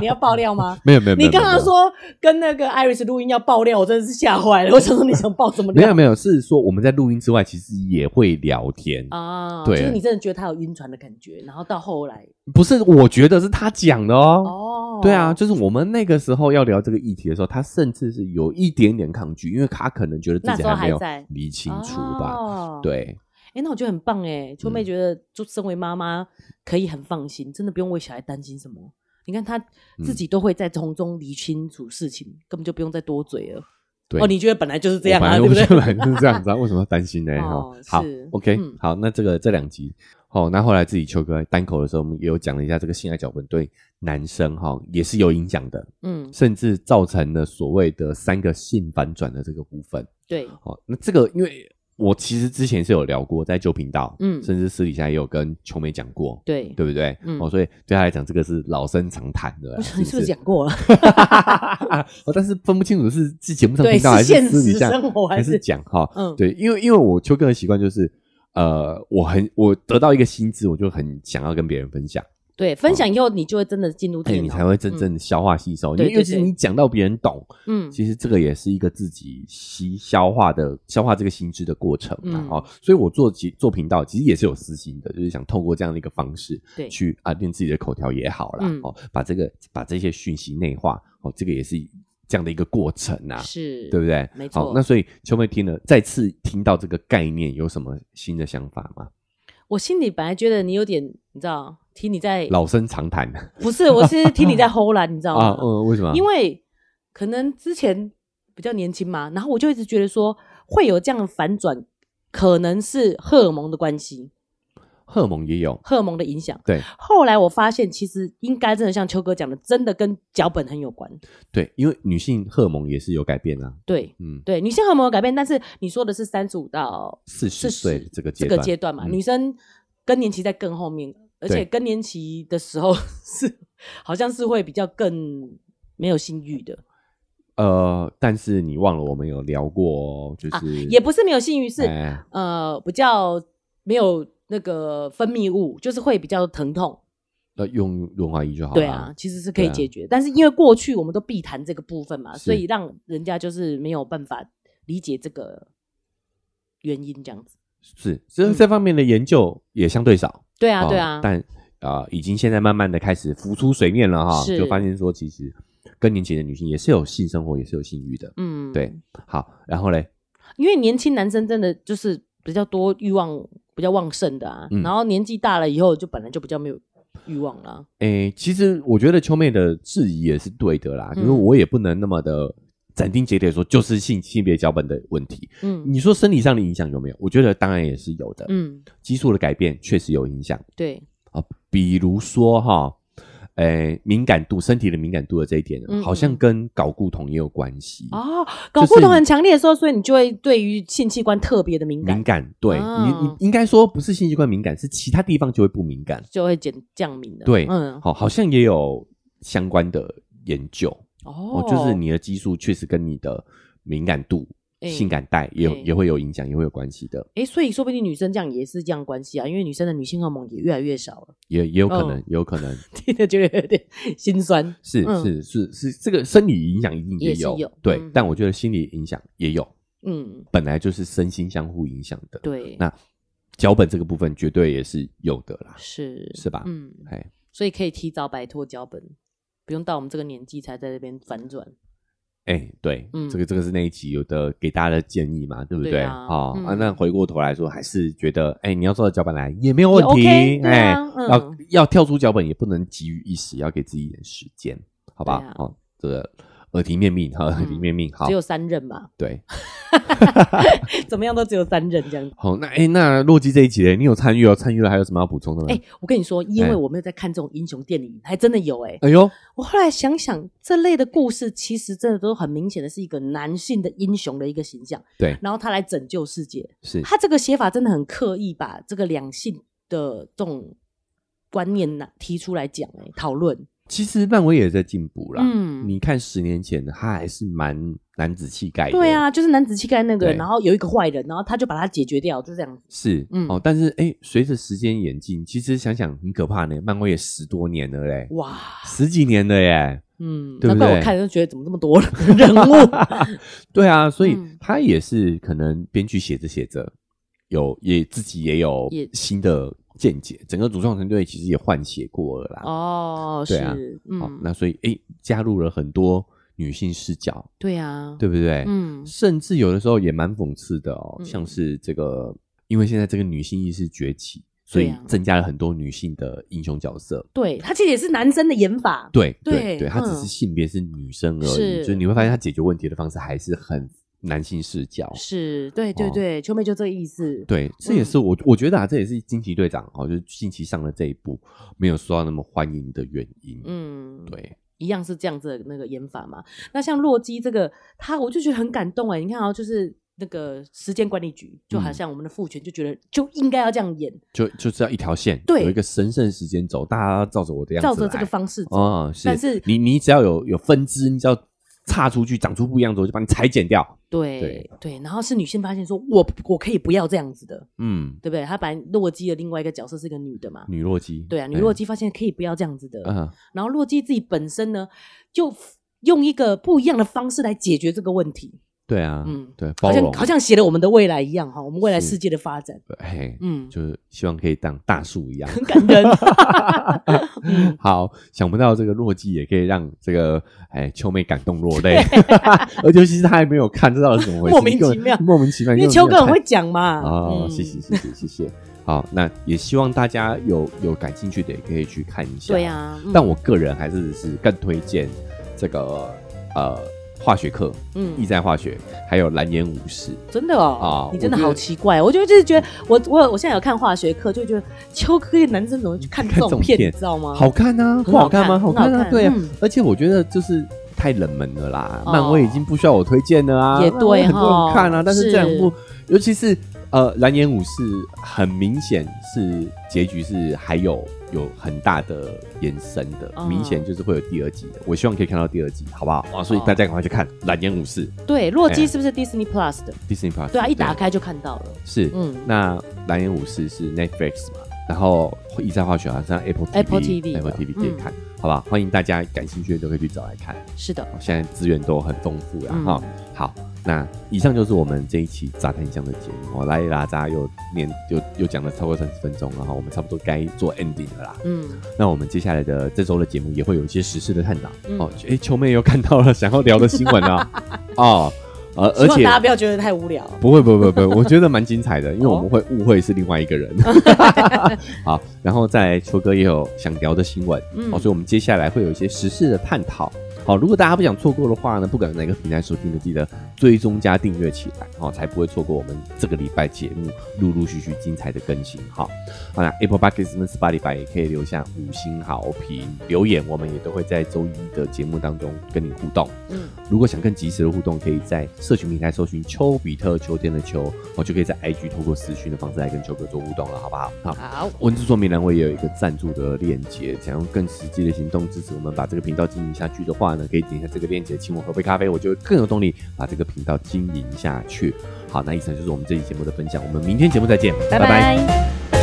Speaker 2: 你要爆料吗
Speaker 1: 没有 没有，没
Speaker 2: 你
Speaker 1: 有
Speaker 2: 刚刚
Speaker 1: 没有
Speaker 2: 说跟那个 Iris 录音要爆料，我真的是吓坏了。我想说你想爆什么
Speaker 1: 没
Speaker 2: 料？
Speaker 1: 有没有，是说我们在录音之外，其实也会聊天，
Speaker 2: 啊，
Speaker 1: 对
Speaker 2: 就是你真的觉得他有晕船的感觉，然后到后来
Speaker 1: 不是我觉得是他讲的哦。
Speaker 2: 哦，
Speaker 1: 对啊，就是我们那个时候要聊这个议题的时候，他甚至是有一点点抗拒，因为他可能觉得自
Speaker 2: 那
Speaker 1: 己
Speaker 2: 时候
Speaker 1: 没有
Speaker 2: 还在
Speaker 1: 理清楚吧。
Speaker 2: 哦，
Speaker 1: 对，
Speaker 2: 哎，那我觉得很棒哎，秋妹
Speaker 1: 嗯
Speaker 2: 觉得就身为妈妈可以很放心，真的不用为小孩担心什么。你看她自
Speaker 1: 嗯
Speaker 2: 己都会在从中理清楚事情，根本就不用再多嘴了。
Speaker 1: 对
Speaker 2: 哦，你觉得本来就是这样
Speaker 1: 我
Speaker 2: 啊，
Speaker 1: 反
Speaker 2: 对不
Speaker 1: 正
Speaker 2: 对？
Speaker 1: 我本来就是这样子啊，为什么要担心呢？
Speaker 2: 哦
Speaker 1: 哈，好
Speaker 2: 是
Speaker 1: ，OK，
Speaker 2: 嗯
Speaker 1: 好，那这个这两集，哦，那后来自己秋哥单口的时候，我们也有讲了一下这个性爱脚本对男生哈也是有影响的，
Speaker 2: 嗯，
Speaker 1: 甚至造成了所谓的三个性反转的这个部分。
Speaker 2: 对，
Speaker 1: 哦，那这个因为我其实之前是有聊过，在旧频道，
Speaker 2: 嗯
Speaker 1: 甚至私底下也有跟秋梅讲过，
Speaker 2: 对，
Speaker 1: 对不对？
Speaker 2: 嗯
Speaker 1: 哦，所以对他来讲，这个是老生常谈的，
Speaker 2: 我想你是不
Speaker 1: 不
Speaker 2: 是讲过了？
Speaker 1: 哦，但是分不清楚是是节目上
Speaker 2: 对
Speaker 1: 听到
Speaker 2: 是
Speaker 1: 还是
Speaker 2: 现
Speaker 1: 私底
Speaker 2: 实
Speaker 1: 下
Speaker 2: 生活还
Speaker 1: 还
Speaker 2: 是
Speaker 1: 是讲哈？
Speaker 2: 嗯
Speaker 1: 对，因为因为我秋哥的习惯就是。呃，我很我得到一个薪资，我就很想要跟别人分享，
Speaker 2: 对，分享以后你就会真的进入
Speaker 1: 哦哎、
Speaker 2: 电脑，
Speaker 1: 你才会真正的消化吸收。因
Speaker 2: 嗯对
Speaker 1: 为尤
Speaker 2: 对
Speaker 1: 其是
Speaker 2: 对
Speaker 1: 你讲到别人懂，
Speaker 2: 嗯
Speaker 1: 其实这个也是一个自己吸消化的消化这个心智的过程啊、
Speaker 2: 嗯
Speaker 1: 哦，所以我做节做频道其实也是有私心的，就是想透过这样的一个方式，
Speaker 2: 对
Speaker 1: 去啊练自己的口条也好啦，
Speaker 2: 嗯
Speaker 1: 哦，把这个把这些讯息内化，哦，这个也是这样的一个过程啊，
Speaker 2: 是，
Speaker 1: 对不对？
Speaker 2: 没错
Speaker 1: 好，那所以秋妹听了再次听到这个概念，有什么新的想法吗？
Speaker 2: 我心里本来觉得你有点，你知道，听你在
Speaker 1: 老生常谈
Speaker 2: 不是，我 是听你在吼啦，你知道
Speaker 1: 啊，
Speaker 2: 吗？
Speaker 1: 呃，为什么？
Speaker 2: 哦因为可能之前比较年轻嘛，然后我就一直觉得说会有这样的反转，可能是荷尔蒙的关系，
Speaker 1: 荷尔蒙也有，
Speaker 2: 荷尔蒙的影响。
Speaker 1: 对
Speaker 2: 后来我发现，其实应该真的像秋哥讲的，真的跟脚本很有关。
Speaker 1: 对，因为女性荷尔蒙也是有改变啊，
Speaker 2: 对
Speaker 1: 嗯，
Speaker 2: 对，女性荷尔蒙有改变，但是你说的是三十五到
Speaker 1: 四十
Speaker 2: 四
Speaker 1: 岁
Speaker 2: 十
Speaker 1: 这个阶
Speaker 2: 这
Speaker 1: 段，
Speaker 2: 个阶段嘛，
Speaker 1: 嗯
Speaker 2: 女生更年期在更后面，而且
Speaker 1: 对
Speaker 2: 更年期 的时候是好像是会比较更没有性欲的。
Speaker 1: 呃，但是你忘了我们有聊过哦，就是、
Speaker 2: 啊也不是没有性欲，是、
Speaker 1: 哎
Speaker 2: 呃比较没有那个分泌物，就是会比较疼痛。
Speaker 1: 呃用润滑液就好了。
Speaker 2: 对啊，，其实是可以
Speaker 1: 对啊
Speaker 2: 解决，但是因为过去我们都避谈这个部分嘛，
Speaker 1: 是
Speaker 2: 所以让人家就是没有办法理解这个原因这样子。
Speaker 1: 是这
Speaker 2: 嗯
Speaker 1: 这方面的研究也相对少。
Speaker 2: 对啊，
Speaker 1: 哦
Speaker 2: 对啊，
Speaker 1: 但啊、呃已经现在慢慢的开始浮出水面了哈，
Speaker 2: 是
Speaker 1: 就发现说其实更年期的女性也是有性生活，也是有性欲的。
Speaker 2: 嗯，
Speaker 1: 对，好，然后嘞，
Speaker 2: 因为年轻男生真的就是比较多欲望比较旺盛的啊，
Speaker 1: 嗯
Speaker 2: 然后年纪大了以后就本来就比较没有欲望了。啊
Speaker 1: 诶，其实我觉得秋妹的质疑也是对的啦，因为
Speaker 2: 嗯
Speaker 1: 我也不能那么的斩钉截铁说就是性性别脚本的问题。
Speaker 2: 嗯
Speaker 1: 你说生理上的影响有没有？我觉得当然也是有的，
Speaker 2: 嗯，
Speaker 1: 激素的改变确实有影响
Speaker 2: 对，
Speaker 1: 啊，比如说哈。诶，敏感度，身体的敏感度的这一点，
Speaker 2: 嗯
Speaker 1: 好像
Speaker 2: 嗯
Speaker 1: 跟睾固酮也有关系
Speaker 2: 哦，
Speaker 1: 就
Speaker 2: 搞
Speaker 1: 是
Speaker 2: 不同很强烈的时候，所以你就会对于性器官特别的敏感，
Speaker 1: 敏感，对、你，你
Speaker 2: 哦
Speaker 1: 应该说不是性器官敏感，是其他地方就会不敏感。
Speaker 2: 就会减降敏的。
Speaker 1: 对，
Speaker 2: 嗯，
Speaker 1: 好，好像也有相关的研究哦
Speaker 2: 哦
Speaker 1: 就是你的激素确实跟你的敏感度、
Speaker 2: 哎
Speaker 1: 性感带也有、
Speaker 2: 哎
Speaker 1: 也会有影响，也会有关系的，
Speaker 2: 哎，所以说不定女生这样也是这样关系啊，因为女生的女性荷尔蒙也越来越少了，
Speaker 1: 也也有可能，
Speaker 2: 哦
Speaker 1: 也有可能
Speaker 2: 听着觉得有点心酸。
Speaker 1: 是、
Speaker 2: 嗯
Speaker 1: 是是是，这个生理影响一定
Speaker 2: 也是
Speaker 1: 有，
Speaker 2: 有
Speaker 1: 对、
Speaker 2: 嗯
Speaker 1: 但我觉得心理影响也有，
Speaker 2: 嗯，
Speaker 1: 本来就是身心相互影响的。
Speaker 2: 对，
Speaker 1: 那脚本这个部分绝对也是有的啦，
Speaker 2: 是
Speaker 1: 是吧
Speaker 2: 嗯，
Speaker 1: 哎。
Speaker 2: 所以可以提早摆脱脚本，不用到我们这个年纪才在这边反转。
Speaker 1: 哎、对，
Speaker 2: 嗯
Speaker 1: 这个这个是那一集有的给大家的建议嘛，对不
Speaker 2: 对
Speaker 1: 对？
Speaker 2: 啊
Speaker 1: 好
Speaker 2: 嗯
Speaker 1: 啊，那回过头来说，还是觉得，哎、你要照着脚本来也没有问题，
Speaker 2: 也 OK，对
Speaker 1: 哎、
Speaker 2: 啊嗯
Speaker 1: 要要跳出脚本也不能急于一时，要给自己一点时间，好吧？
Speaker 2: 对啊嗯
Speaker 1: 哦，这个耳提面命，哈，耳提面命，好
Speaker 2: 只，有三任嘛，
Speaker 1: 对，
Speaker 2: 怎么样都只有三任这样子。
Speaker 1: 好，那哎、那洛基这一集嘞，你有参与哦，参与了，还有什么要补充的吗？
Speaker 2: 哎、我跟你说，因为
Speaker 1: 哎
Speaker 2: 我没有在看这种英雄电影，还真的有哎、
Speaker 1: 哎呦，
Speaker 2: 我后来想想，这类的故事其实真的都很明显的是一个男性的英雄的一个形象，
Speaker 1: 对，
Speaker 2: 然后他来拯救世界。
Speaker 1: 是
Speaker 2: 他这个写法真的很刻意把这个两性的这种观念呢提出来讲、哎，讨论。
Speaker 1: 其实漫威也在进步啦，
Speaker 2: 嗯
Speaker 1: 你看十年前他还是蛮男子气概的，
Speaker 2: 对啊，就是男子气概那个，
Speaker 1: 对
Speaker 2: 然后有一个坏人，然后他就把他解决掉，就这样子。
Speaker 1: 是，
Speaker 2: 嗯
Speaker 1: 哦，但是哎，诶随着时间演进，其实想想很可怕呢。漫威也十多年了嘞，
Speaker 2: 哇，
Speaker 1: 十几年了耶。
Speaker 2: 嗯，
Speaker 1: 对不
Speaker 2: 难怪
Speaker 1: 对
Speaker 2: 我看就觉得怎么这么多 人物，
Speaker 1: 对啊，所以
Speaker 2: 嗯
Speaker 1: 他也是可能编剧写着写着，有也自己也有
Speaker 2: 也
Speaker 1: 新的见解。整个主创团队其实也换血过了啦。哦，
Speaker 2: 哦，
Speaker 1: 对啊
Speaker 2: 是，嗯，
Speaker 1: 那所以哎，诶加入了很多女性视角，
Speaker 2: 对啊，
Speaker 1: 对不对？
Speaker 2: 嗯，
Speaker 1: 甚至有的时候也蛮讽刺的哦，
Speaker 2: 嗯
Speaker 1: 像是这个，因为现在这个女性意识崛起，所
Speaker 2: 对
Speaker 1: 以
Speaker 2: 啊
Speaker 1: 增加了很多女性的英雄角色。
Speaker 2: 对他其实也是男生的演法，
Speaker 1: 对对
Speaker 2: 对
Speaker 1: 对，他只
Speaker 2: 嗯
Speaker 1: 是性别是女生而已，
Speaker 2: 是
Speaker 1: 就是你会发现他解决问题的方式还是很男性视角。
Speaker 2: 是，嗯对对
Speaker 1: 哦
Speaker 2: 对，秋妹就这个意思，
Speaker 1: 对，这也是我、我觉得啊，这也是惊奇队长哦，就是近期上的这一部没有受到那么欢迎的原因。
Speaker 2: 嗯，
Speaker 1: 对，
Speaker 2: 一样是这样子的那个演法嘛。那像洛基这个，他我就觉得很感动哎、你看啊，就是那个时间管理局，就
Speaker 1: 嗯
Speaker 2: 好像我们的父权就觉得就应该要这样演，
Speaker 1: 就就是要一条线，
Speaker 2: 对
Speaker 1: 有一个神圣时间轴，大家照着我的样子
Speaker 2: 照
Speaker 1: 来，
Speaker 2: 着这个方式走。
Speaker 1: 哦，是，
Speaker 2: 但是
Speaker 1: 你你只要有有分支，你只要岔出去，长出不一样的，我就把你裁剪掉。
Speaker 2: 对
Speaker 1: 对
Speaker 2: 对，然后是女性发现说，我我可以不要这样子的，
Speaker 1: 嗯，
Speaker 2: 对不对？她把洛基的另外一个角色是一个女的嘛。
Speaker 1: 女洛基，
Speaker 2: 对啊，女洛基发现可以不要这样子的，
Speaker 1: 哎，嗯，
Speaker 2: 然后洛基自己本身呢，就用一个不一样的方式来解决这个问题，
Speaker 1: 对啊，
Speaker 2: 嗯
Speaker 1: 对，包
Speaker 2: 好像
Speaker 1: 容，
Speaker 2: 好像写了我们的未来一样哈，我们未来
Speaker 1: 是
Speaker 2: 世界的发展，
Speaker 1: 嘿，
Speaker 2: 嗯，
Speaker 1: 就是希望可以当大树一样，
Speaker 2: 很感人， 嗯
Speaker 1: 好，想不到这个洛基也可以让这个哎秋妹感动落 泪，而且其实她还没有看，这到底是怎么回事？
Speaker 2: 莫名其妙
Speaker 1: 根本莫名其妙，
Speaker 2: 因为
Speaker 1: 根本
Speaker 2: 秋
Speaker 1: 没
Speaker 2: 哥
Speaker 1: 有
Speaker 2: 很会
Speaker 1: 看
Speaker 2: 讲嘛。
Speaker 1: 哦，
Speaker 2: 嗯
Speaker 1: 谢谢。谢谢谢谢。好，那也希望大家有有感兴趣的也可以去看一下。
Speaker 2: 对啊，嗯
Speaker 1: 但我个人还是是更推荐这个呃化学课，意
Speaker 2: 嗯，
Speaker 1: 在化学，还有蓝颜武士。
Speaker 2: 真的哦
Speaker 1: 啊，
Speaker 2: 你真的
Speaker 1: 我觉得
Speaker 2: 好奇怪，我就就是觉得我我我现在有看化学课，就觉得秋哥的男生怎么去看这
Speaker 1: 看这
Speaker 2: 种
Speaker 1: 种
Speaker 2: 片，
Speaker 1: 片
Speaker 2: 你知道吗？
Speaker 1: 好看啊，
Speaker 2: 哦很
Speaker 1: 不好看吗？
Speaker 2: 好
Speaker 1: 好
Speaker 2: 看
Speaker 1: 看
Speaker 2: 很
Speaker 1: 啊，
Speaker 2: 好看
Speaker 1: 对啊
Speaker 2: 嗯，
Speaker 1: 而且我觉得就是太冷门了啦，
Speaker 2: 哦
Speaker 1: 漫威已经不需要我推荐了啊，
Speaker 2: 也
Speaker 1: 漫
Speaker 2: 对
Speaker 1: 威很多
Speaker 2: 哈
Speaker 1: 人看啊，但是这两
Speaker 2: 是
Speaker 1: 部，尤其是呃《蓝颜武士》，很明显是结局是还有有很大的延伸的，
Speaker 2: 哦
Speaker 1: 明显就是会有第二季的。我希望可以看到第二季，好不好？啊，所以大家赶快去看《蓝颜武士》
Speaker 2: 对，洛
Speaker 1: 哎
Speaker 2: 基是不是 Disney Plus 的？
Speaker 1: Disney Plus。
Speaker 2: 对啊，一打开就看到了。
Speaker 1: 是，
Speaker 2: 嗯
Speaker 1: 那《蓝颜武士》是 Netflix 嘛，然后《异战化学》好像 Apple TV,
Speaker 2: Apple TV 的嗯
Speaker 1: Apple TV 可以看，好吧？欢迎大家感兴趣的都可以去找来看，
Speaker 2: 是的，
Speaker 1: 现在资源都很丰富啦
Speaker 2: 嗯
Speaker 1: 哈、好，那以上就是我们这一期杂谈箱的节目，我拉一拉杂又念又又讲了超过三十分钟了哈，我们差不多该做 ending 了啦。
Speaker 2: 嗯，
Speaker 1: 那我们接下来的这周的节目也会有一些时事的探讨、
Speaker 2: 嗯
Speaker 1: 哦。哎，秋妹又看到了想要聊的新闻啊， 哦，呃，而
Speaker 2: 希望
Speaker 1: 且
Speaker 2: 大家不要觉得太无聊。
Speaker 1: 不会，不会，不会，我觉得蛮精彩的，因为我们会误会是另外一个人。好，然后再来秋哥也有想聊的新闻，
Speaker 2: 嗯
Speaker 1: 好，所以我们接下来会有一些时事的探讨。好，如果大家不想错过的话呢，不管哪个平台收听的，记得追踪加订阅起来，好、才不会错过我们这个礼拜节目陆陆续续精彩的更新。好，好啦 Apple Podcast 跟 Spotify 也可以留下五星好评留言，我们也都会在周一的节目当中跟你互动。
Speaker 2: 嗯，
Speaker 1: 如果想更及时的互动，可以在社群平台搜寻“丘比特秋天的秋”，我就可以在 IG 透过私讯的方式来跟秋哥做互动了，好不好？好。
Speaker 2: 好，
Speaker 1: 文字说明栏我也有一个赞助的链接，想用更实际的行动支持我们把这个频道经营下去的话呢，可以点一下这个链接，请我喝杯咖啡，我就会更有动力把这个频道经营下去。好，那以上就是我们这期节目的分享，我们明天节目再见，
Speaker 2: 拜拜。